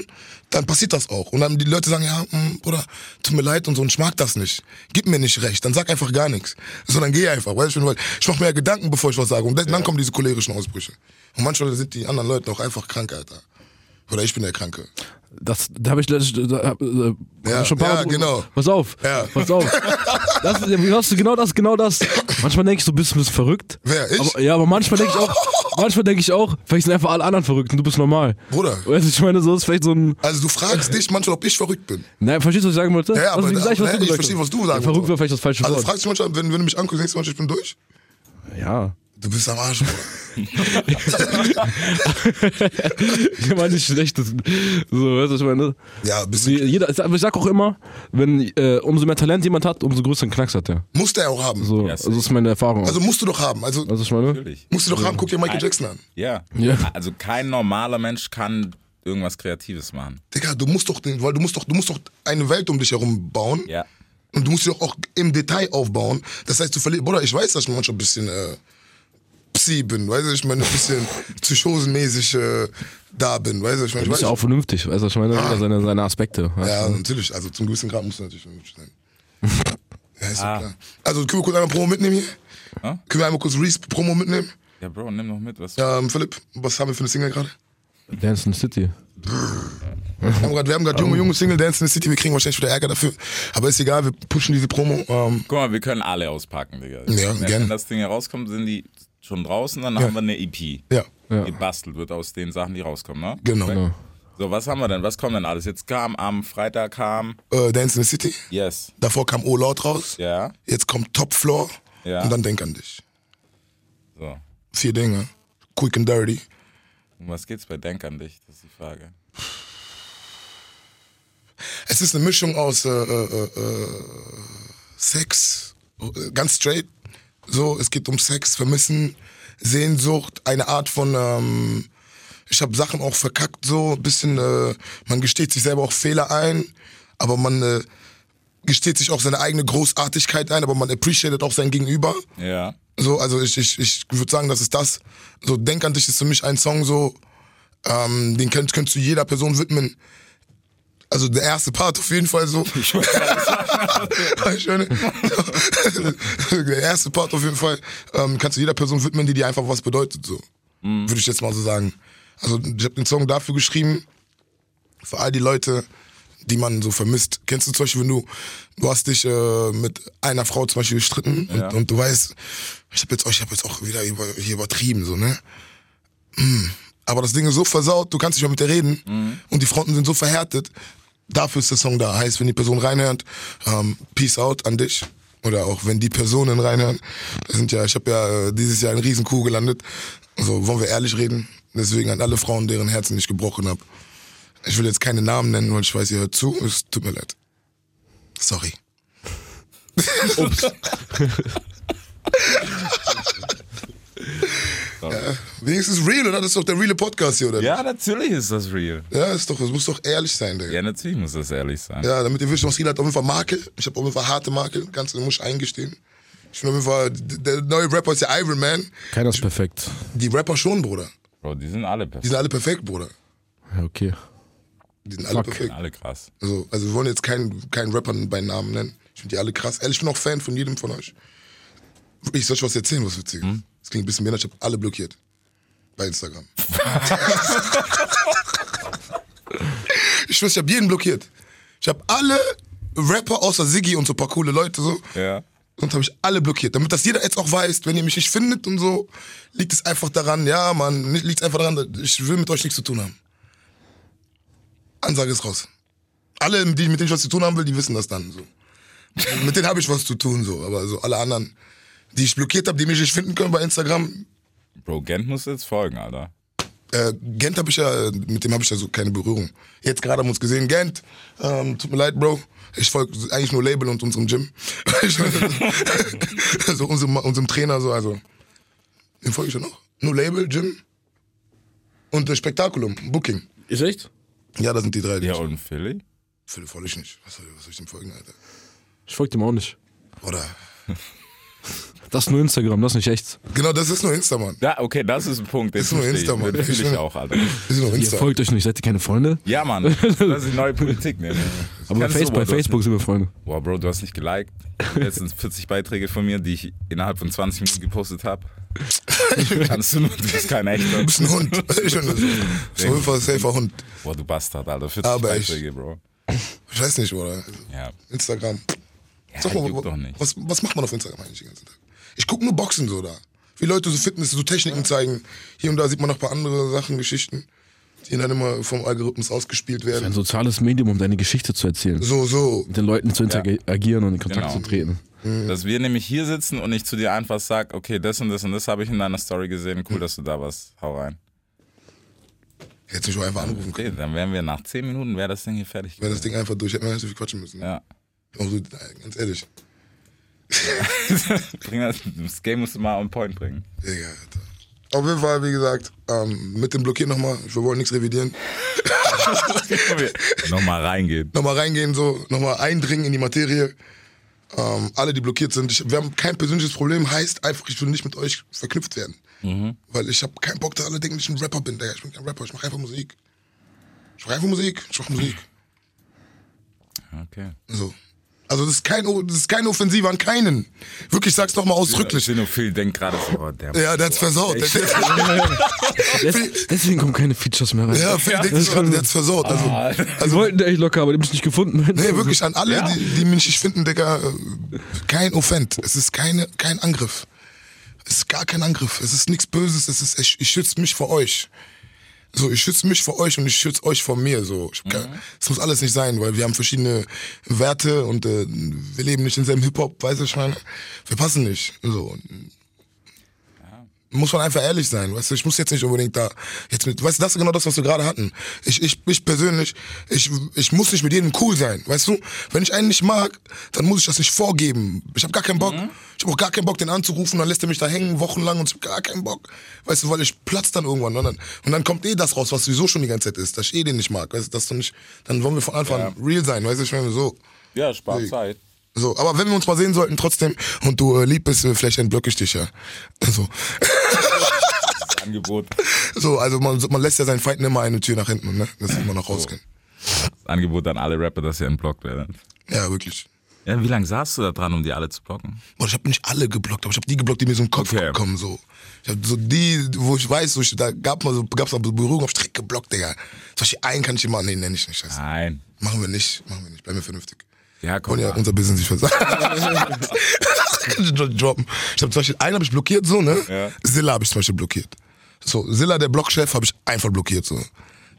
S6: dann passiert das auch. Und dann die Leute sagen, ja, mh, Bruder, tut mir leid und so, und ich mag das nicht. Gib mir nicht recht, dann sag einfach gar nichts. Sondern geh einfach, weißt du, weil ich mach mir ja Gedanken, bevor ich was sage. Und dann kommen diese cholerischen Ausbrüche. Und manchmal sind die anderen Leute auch einfach krank, Alter. Oder ich bin der Kranke.
S7: Das, da habe ich letztens- da, hab, äh,
S6: Ja,
S7: schon ein paar
S6: ja, genau.
S7: Pass auf,
S6: Ja.
S7: pass auf. Das, ist- das, ist genau das, genau das. Manchmal denke ich so, bist du ein bisschen verrückt.
S6: Wer, ich?
S7: Aber, ja, aber manchmal denke ich auch, manchmal denke ich auch, vielleicht sind einfach alle anderen verrückt und du bist normal.
S6: Bruder.
S7: Weißt du, ich meine, so ist vielleicht so ein,
S6: Also du fragst dich manchmal, ob ich verrückt bin.
S7: nein, verstehst du, was ich sagen wollte?
S6: Ja, ja,
S7: Was-
S6: aber-
S7: wie sag
S6: aber-
S7: was
S6: nee, ich
S7: gesagt
S6: verstehe,
S7: hast?
S6: was du sagen
S7: Verrückt
S6: wolltest.
S7: war vielleicht das falsche
S6: Also
S7: Wort.
S6: fragst du dich manchmal, wenn, wenn du mich anguckst, denkst du manchmal, ich bin durch?
S7: Ja.
S6: Du bist am Arsch, Bruder.
S7: Ich meine, nicht schlecht. Das, so, weißt du, was ich meine?
S6: Ja, bist
S7: Die-
S6: du,
S7: Jeder, aber ich sag auch immer, wenn äh, umso mehr Talent jemand hat, umso größeren Knacks hat er.
S6: musst du ja auch haben.
S7: So,
S1: Ja,
S7: also das ist meine Erfahrung.
S6: Also musst du doch haben. Also
S7: also ich meine,
S1: Natürlich.
S6: musst du doch haben. Guck dir Michael Jackson an.
S1: Ja.
S7: Ja.
S1: Also kein normaler Mensch kann irgendwas Kreatives machen.
S6: Digga, du musst doch, den, weil du musst doch, du musst doch eine Welt um dich herum bauen.
S1: Ja.
S6: Und du musst sie doch auch im Detail aufbauen. Das heißt, du verlierst. Bruder, ich weiß, dass ich manchmal ein bisschen äh, Psi bin, weißt du, ich meine, ein bisschen psychosenmäßig äh, da bin, weißt du, ich meine, ich weiß. Ah.
S7: du bist ja auch vernünftig. Weißt du, was ich meine, jeder seine, seine Aspekte. weißt
S6: ja,
S7: du?
S6: natürlich, also zum gewissen Grad musst du natürlich vernünftig sein. ja, ist doch klar. Also, können wir kurz einmal Promo mitnehmen hier?
S1: Ja?
S6: Können wir einmal kurz Reese Promo mitnehmen?
S1: Ja, Bro, nimm noch mit. Was?
S6: Ähm, Philipp, was haben wir für eine Single gerade?
S7: Dance in the City.
S6: Wir haben grad- Wir haben gerade junge, junge Single Dance in the City, wir kriegen wahrscheinlich wieder Ärger dafür. Aber ist egal, wir pushen diese Promo. Ähm,
S1: Guck mal, wir können alle auspacken, Digga. wenn,
S6: Ja, gerne.
S1: Wenn das Ding herauskommt, sind die schon draußen, dann haben wir eine EP.
S6: ja,
S1: Gebastelt wird aus den Sachen, die rauskommen, ne?
S6: genau.
S1: So, was haben wir denn? Was kommt denn alles? Jetzt kam am Freitag kam.
S6: Äh, Dance in the City,
S1: Yes.
S6: davor kam O Loud raus.
S1: Ja.
S6: Jetzt kommt Top Floor
S1: Ja.
S6: und dann denk an dich.
S1: So.
S6: Vier Dinge. Quick and dirty.
S1: Um was geht's bei Denk an dich? Das ist die Frage.
S6: Es ist eine Mischung aus äh, äh, äh, Sex, äh, ganz straight. So, es geht um Sex, Vermissen, Sehnsucht, eine Art von, ähm, ich habe Sachen auch verkackt, so ein bisschen, äh, man gesteht sich selber auch Fehler ein, aber man äh, gesteht sich auch seine eigene Großartigkeit ein, aber man appreciated auch sein Gegenüber.
S1: Ja.
S6: So, also ich, ich, ich würde sagen, das ist das. So, Denk an dich ist für mich ein Song, so, ähm, den könnt, könntest du jeder Person widmen. Also der erste Part auf jeden Fall so. Schöne. der erste Part auf jeden Fall ähm, kannst du jeder Person widmen, die dir einfach was bedeutet. So. Würde ich jetzt mal so sagen. Also ich habe den Song dafür geschrieben, für all die Leute, die man so vermisst. Kennst du zum Beispiel, wenn du, du hast dich äh, mit einer Frau zum Beispiel gestritten und, und du weißt, ich habe jetzt, auch- ich hab jetzt auch wieder über, hier übertrieben, so, ne? Mm. Aber das Ding ist so versaut, du kannst nicht mehr mit der reden und die Fronten sind so verhärtet. Dafür ist der Song da. Heißt, wenn die Person reinhört, ähm, Peace out an dich. Oder auch wenn die Personen reinhören. Das sind ja, ich habe ja äh, dieses Jahr in Riesenkuh gelandet. Also wollen wir ehrlich reden. Deswegen an alle Frauen, deren Herzen ich gebrochen habe. Ich will jetzt keine Namen nennen, weil ich weiß, ihr hört zu. Es tut mir leid. Sorry. Ups. Wenigstens real, oder? Das ist doch der reale Podcast hier, oder?
S1: Ja, natürlich ist das real.
S6: Ja, ist doch, es muss doch ehrlich sein, Digga.
S1: Ja, natürlich muss das ehrlich sein.
S6: Ja, damit ihr wisst, was real hat auf jeden Fall Makel. Ich habe auf jeden Fall harte Makel. Ganz, muss ich eingestehen. Ich bin auf jeden Fall, der neue Rapper ist ja Iron Man.
S7: Keiner ist perfekt.
S6: Die Rapper schon, Bruder.
S1: Bro, die sind alle
S6: Die
S1: perfekt.
S6: sind alle perfekt, Bruder.
S7: Ja, okay.
S6: Die sind alle
S7: Fuck.
S1: Die sind
S6: perfekt.
S1: alle krass.
S6: Also, also wir wollen jetzt keinen, keinen Rapper bei Namen nennen. Ich finde die alle krass. Ehrlich, ich bin auch Fan von jedem von euch. Ich soll euch was erzählen, was witzig ist. Das klingt ein bisschen mehr, ich habe alle blockiert. Bei Instagram. ich schwöre, ich habe jeden blockiert. Ich habe alle Rapper außer Siggi und so ein paar coole Leute so.
S1: Ja.
S6: Und habe ich alle blockiert. Damit das jeder jetzt auch weiß, wenn ihr mich nicht findet und so, liegt es einfach daran, ja, Mann, nicht- liegt es einfach daran, ich will mit euch nichts zu tun haben. Ansage ist raus. Alle, die, mit denen ich was zu tun haben will, die wissen das dann so. mit denen habe ich was zu tun, so. Aber so alle anderen, die ich blockiert habe, die mich nicht finden können bei Instagram,
S1: Bro, Gent muss jetzt folgen, Alter.
S6: äh, Gent habe ich ja, äh, mit dem habe ich ja so keine Berührung. Jetzt gerade haben wir uns gesehen, Gent, ähm, tut mir leid, Bro. Ich folge eigentlich nur Label und unserem Gym. also unserem, unserem Trainer, so, also. Den folge ich ja noch. Nur Label, Gym und äh, Spektakulum, Booking.
S7: Ist echt?
S6: Ja, das sind die drei. die
S1: Ja,
S6: ich-
S1: und Philly?
S6: Philipp folge ich nicht. Was soll, was soll ich dem folgen, Alter?
S7: Ich folge dem auch nicht.
S6: Oder?
S7: Das ist nur Instagram, das ist nicht echt.
S6: Genau, das ist nur Insta, Mann.
S1: Ja, okay, das ist ein Punkt. Den
S6: Ist nur
S1: verstehe
S6: Insta,
S1: ich.
S6: Mann.
S1: Den fühle
S6: Ich
S1: ich
S6: will-
S1: auch, Alter.
S6: Das ist nur
S7: Ihr
S6: Insta.
S7: folgt euch nicht, seid ihr keine Freunde?
S1: Ja, Mann. Das ist die neue Politik, ne?
S7: Aber bei, Face bei Facebook sind wir Freunde.
S1: Boah, Bro, du hast nicht geliked. Letztens 40 Beiträge von mir, die ich innerhalb von 20 Minuten gepostet habe. Kannst du nur, du bist kein echter.
S6: Du bist ein Hund. Ich bin das. Ist auf jeden Fall ein safer Hund.
S1: Boah, du Bastard, Alter. 40
S6: Aber ich-
S1: Beiträge, Bro.
S6: Ich weiß nicht, oder?
S1: Ja.
S6: Instagram.
S1: ja
S6: Sag mal,
S1: juckt
S6: wa-
S1: doch nicht.
S6: Was, was macht man auf Instagram eigentlich den ganzen Tag? Ich gucke nur Boxen so da. Wie Leute so Fitness, so Techniken zeigen. Hier und da sieht man noch ein paar andere Sachen, Geschichten, die dann immer vom Algorithmus ausgespielt
S7: Ein
S6: werden.
S7: soziales Medium, um deine Geschichte zu erzählen.
S6: So, so.
S7: Mit den Leuten zu interagieren und in Kontakt
S1: Genau.
S7: zu treten.
S1: Dass wir nämlich hier sitzen und ich zu dir einfach sag, okay, das und das und das habe ich in deiner Story gesehen, cool, dass du da warst, hau rein.
S6: Hätte mich auch einfach anrufen können.
S1: Okay, dann wären wir nach 10 Minuten, wäre das Ding hier fertig
S6: Wäre
S1: gewesen.
S6: das Ding einfach durch, hätten wir nicht so viel quatschen müssen.
S1: Ja.
S6: Auch so, ganz ehrlich.
S1: Bring das, das Game musst du mal on point bringen.
S6: Digga, Alter. Auf jeden Fall, wie gesagt, ähm, mit dem Blockieren nochmal, wir wollen nichts revidieren.
S1: Nochmal reingehen.
S6: Nochmal reingehen, so, nochmal eindringen in die Materie. Ähm, alle, die blockiert sind, ich, wir haben kein persönliches Problem, heißt einfach, ich will nicht mit euch verknüpft werden. Weil ich habe keinen Bock, dass alle denken, ich ein Rapper bin, Digga. Ich bin kein Rapper, ich mache einfach Musik. Ich mache einfach Musik, ich mache Musik.
S1: Okay.
S6: So. Also das ist, kein, O- das ist keine Offensive an keinen. Wirklich, sag's doch mal ausdrücklich.
S1: Xenophil denkt gerade so, oh, der
S6: Ja, der hat's versaut. Der, der,
S7: Des, deswegen kommen keine Features mehr rein.
S6: ja,
S7: Das
S6: Felix,
S7: ist schon-
S6: der hat's versaut. Also,
S7: Die wollten echt locker, aber die haben es nicht gefunden. Also,
S6: Nee, wirklich an alle, die, die mich nicht finden, Digga, äh, kein Offend. Es ist keine, kein Angriff. Es ist gar kein Angriff. Es ist nichts Böses. Es ist, ich, ich schütze mich vor euch. So, ich schütze mich vor euch und ich schütze euch vor mir. So, ich hab kein- es muss alles nicht sein, weil wir haben verschiedene Werte und äh, wir leben nicht in selben Hip Hop, weißt du, ich meine, wir passen nicht. So, muss man einfach ehrlich sein, weißt du, ich muss jetzt nicht unbedingt da, jetzt mit, weißt du, das ist genau das, was wir gerade hatten. Ich, ich, ich persönlich, ich, ich muss nicht mit jedem cool sein, weißt du? Wenn ich einen nicht mag, dann muss ich das nicht vorgeben. Ich habe gar keinen Bock, ich habe auch gar keinen Bock, den anzurufen, dann lässt er mich da hängen, wochenlang und ich habe gar keinen Bock, weißt du, weil ich platz dann irgendwann und dann, und dann kommt eh das raus, was sowieso schon die ganze Zeit ist, dass ich eh den nicht mag, weißt du, dass du nicht, dann wollen wir von Anfang an real sein, weißt du, ich meine so.
S1: Ja, spart
S6: Nee.
S1: Zeit.
S6: So, aber wenn wir uns mal sehen sollten trotzdem und du äh, lieb bist, äh, vielleicht entblöcke ich dich ja. So.
S1: Angebot.
S6: So, also man, man lässt ja seinen Feinden immer eine Tür nach hinten, ne? Das immer noch rausgehen.
S1: Das Angebot an alle Rapper, dass ihr entblockt werdet.
S6: Ja, wirklich.
S1: Ja, wie lange saßt du da dran, um die alle zu blocken?
S6: Und ich habe nicht alle geblockt, aber ich habe die geblockt, die mir so im Kopf
S1: Okay.
S6: kommen. So. Ich habe so die, wo ich weiß, so ich, da gab mal so, gab's mal so Berührung auf Strick geblockt, Digga. Zum Beispiel einen kann ich immer, nee, nenn ich nicht. Das
S1: Nein.
S6: Machen wir nicht, machen wir nicht. Bleiben wir vernünftig.
S1: Ja, komm.
S6: Und ja,
S1: mal.
S6: unser Business nicht versagen. Kann ich dro- droppen. Ich habe zum Beispiel einen habe ich blockiert, so, ne?
S1: Ja.
S6: Zilla habe ich zum Beispiel blockiert. So, Zilla, der Blockchef, habe ich einfach blockiert, so.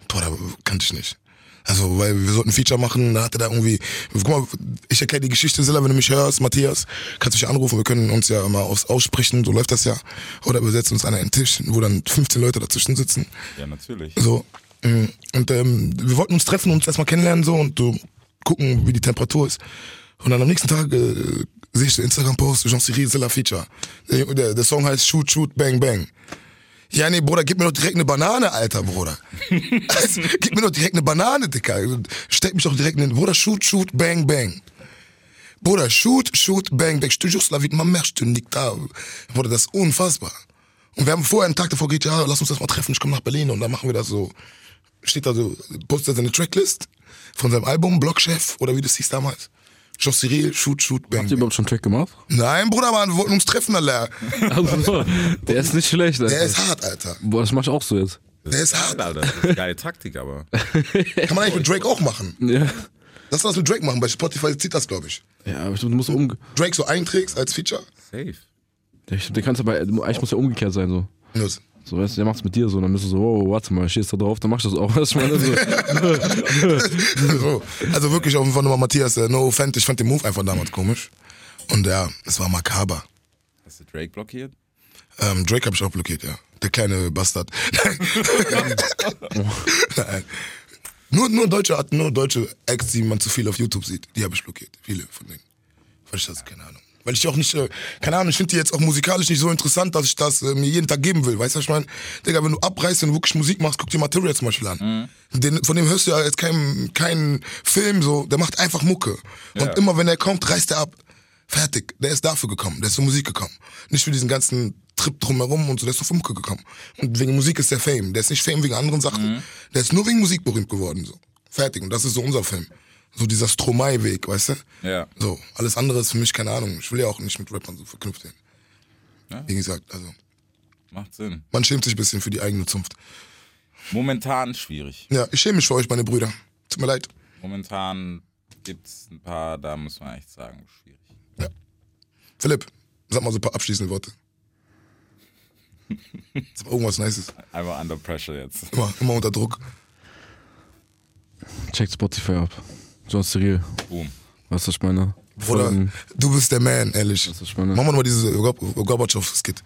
S6: Boah, da kannte ich nicht. Also, weil wir sollten ein Feature machen, da hatte da irgendwie. Guck mal, ich erkenne die Geschichte, Zilla, wenn du mich hörst, Matthias, kannst du mich anrufen, wir können uns ja mal aus, aussprechen, so läuft das ja. Oder wir setzen uns an einen Tisch, wo dann 15 Leute dazwischen sitzen.
S1: Ja, natürlich.
S6: So. ähm, Und ähm, wir wollten uns treffen, uns erstmal kennenlernen so und so gucken, wie die Temperatur ist. Und dann am nächsten Tag äh, sehe ich den Instagram-Post, Jean-Cyril Zilla Feature. Der, der, der Song heißt Shoot, Shoot, Bang, Bang. Ja, nee, Bruder, gib mir doch direkt eine Banane, Alter, Bruder. Also, gib mir doch direkt eine Banane, Dicker. Steck mich doch direkt in den, Bruder, shoot, shoot, bang, bang. Bruder, shoot, shoot, bang, bang. Je te jure, sur la vie de ma mère, je te nique da. Bruder, das ist unfassbar. Und wir haben vorher einen Tag davor gesagt, ja, lass uns das mal treffen, ich komme nach Berlin und dann machen wir das so. Steht da so, postet er seine Tracklist von seinem Album, Blockchef oder wie das hieß damals. Jean Cyril, shoot, shoot, bang.
S7: Habt ihr
S6: bang.
S7: überhaupt schon einen Track gemacht?
S6: Nein, Bruder, Mann, wir wollten uns treffen, Alter.
S7: Also, der ist nicht schlecht, Alter.
S6: Der ist hart, Alter.
S7: Boah, das mach ich auch so jetzt.
S6: Der ist hart.
S1: Alter, das ist eine geile Taktik, aber.
S6: Kann man eigentlich mit Drake auch machen.
S7: Ja.
S6: Lass uns das mit Drake machen, bei Spotify zieht das, glaube ich.
S7: Ja, aber ich glaub, du musst um.
S6: Drake so einträgst als Feature.
S1: Safe.
S7: Ja, Ich, glaub, der kannst aber, eigentlich muss ja umgekehrt sein, so.
S6: Los.
S7: So, weißt du, der macht's mit dir so, dann bist du so, wow, warte mal, stehst da drauf, dann mach ich das auch. Weißt du, ich meine, so,
S6: so. Also wirklich auf jeden Fall nochmal Matthias, äh, no offense, ich fand den Move einfach damals komisch. Und ja, es war makaber.
S1: Hast du Drake blockiert?
S6: Ähm, Drake habe ich auch blockiert, ja. Der kleine Bastard. Nein. Nur, nur deutsche Art, nur deutsche Acts, die man zu viel auf YouTube sieht, die habe ich blockiert. Viele von denen. Weil ich das, keine Ahnung. Weil ich die auch nicht, äh, keine Ahnung, ich finde die jetzt auch musikalisch nicht so interessant, dass ich das äh, mir jeden Tag geben will. Weißt du, was ich meine? Digga, wenn du abreißt und wirklich Musik machst, guck dir Material zum Beispiel an. Den, von dem hörst du ja jetzt keinen keinen Film so, der macht einfach Mucke. Und immer wenn er kommt, reißt er ab. Fertig. Der ist dafür gekommen, der ist für Musik gekommen. Nicht für diesen ganzen Trip drumherum und so, der ist nur für Mucke gekommen. Und wegen Musik ist der Fame. Der ist nicht Fame wegen anderen Sachen. Der ist nur wegen Musik berühmt geworden. So. Fertig. Und das ist so unser Film. So dieser Stromae-Weg, weißt du?
S1: Ja.
S6: So, alles andere ist für mich keine Ahnung. Ich will ja auch nicht mit Rappern so verknüpft werden. Wie gesagt, also,
S1: Macht Sinn.
S6: man schämt sich ein bisschen für die eigene Zunft.
S1: Momentan schwierig.
S6: Ja, ich schäme mich für euch, meine Brüder. Tut mir leid.
S1: Momentan gibt's ein paar, da muss man echt sagen, schwierig.
S6: Philipp, sag mal so ein paar abschließende Worte. Sag mal irgendwas Nices.
S1: Einmal under pressure jetzt.
S6: Immer, immer unter Druck.
S7: checkt Spotify ab. John Cyril,
S1: Boom.
S7: weißt du, was ich meine?
S6: Oder
S7: Folgen.
S6: du bist der Man, ehrlich.
S7: ist spannend.
S6: Machen wir nochmal diese Gorb- Gorbatschow-Skit.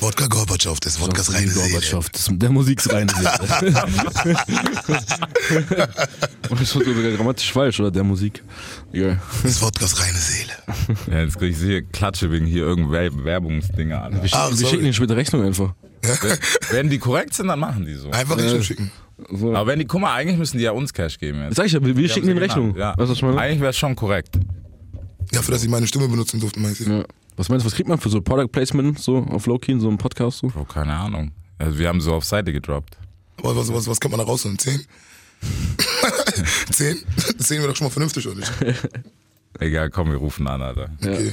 S6: Wodka Gorbatschow, das ist Wodkas reine Seele.
S7: Gorbatschow, das ist der Musiksreine Seele. Und das wird sogar grammatisch falsch, oder? Der Musik. Egal.
S6: Das ist Wodkas reine Seele.
S1: Ja, jetzt krieg ich hier Klatsche wegen hier irgendwelchen Werbungsdinger, Alter.
S7: Wir,
S6: Ah,
S7: schicken- wir
S6: sorry.
S7: schicken ihnen später Rechnung einfach.
S1: Wenn die korrekt sind, dann machen die so.
S6: Einfach Rechnung schicken.
S7: So.
S1: Aber wenn die, guck mal, eigentlich müssen die ja uns Cash geben jetzt.
S7: Sag ich ja, wir, wir
S1: Die
S7: schicken
S1: haben
S7: ihnen
S1: sie
S7: Rechnung.
S1: genannt, Ja.
S7: Weißt du, was ich meine?
S1: Eigentlich wäre es schon korrekt.
S6: Ja, für dass ich meine Stimme benutzen durfte, meinst du?
S7: Ja. Was meinst du, was kriegt man für so Product Placement so auf Low-Key in so einem Podcast? So?
S1: Bro, keine Ahnung. Also wir haben so auf Seite gedroppt.
S6: Aber was, was, was kann man da rausholen? Zehn? Zehn? Zehn wäre doch schon mal vernünftig, oder nicht?
S1: Egal, komm, wir rufen an, Alter.
S6: Okay.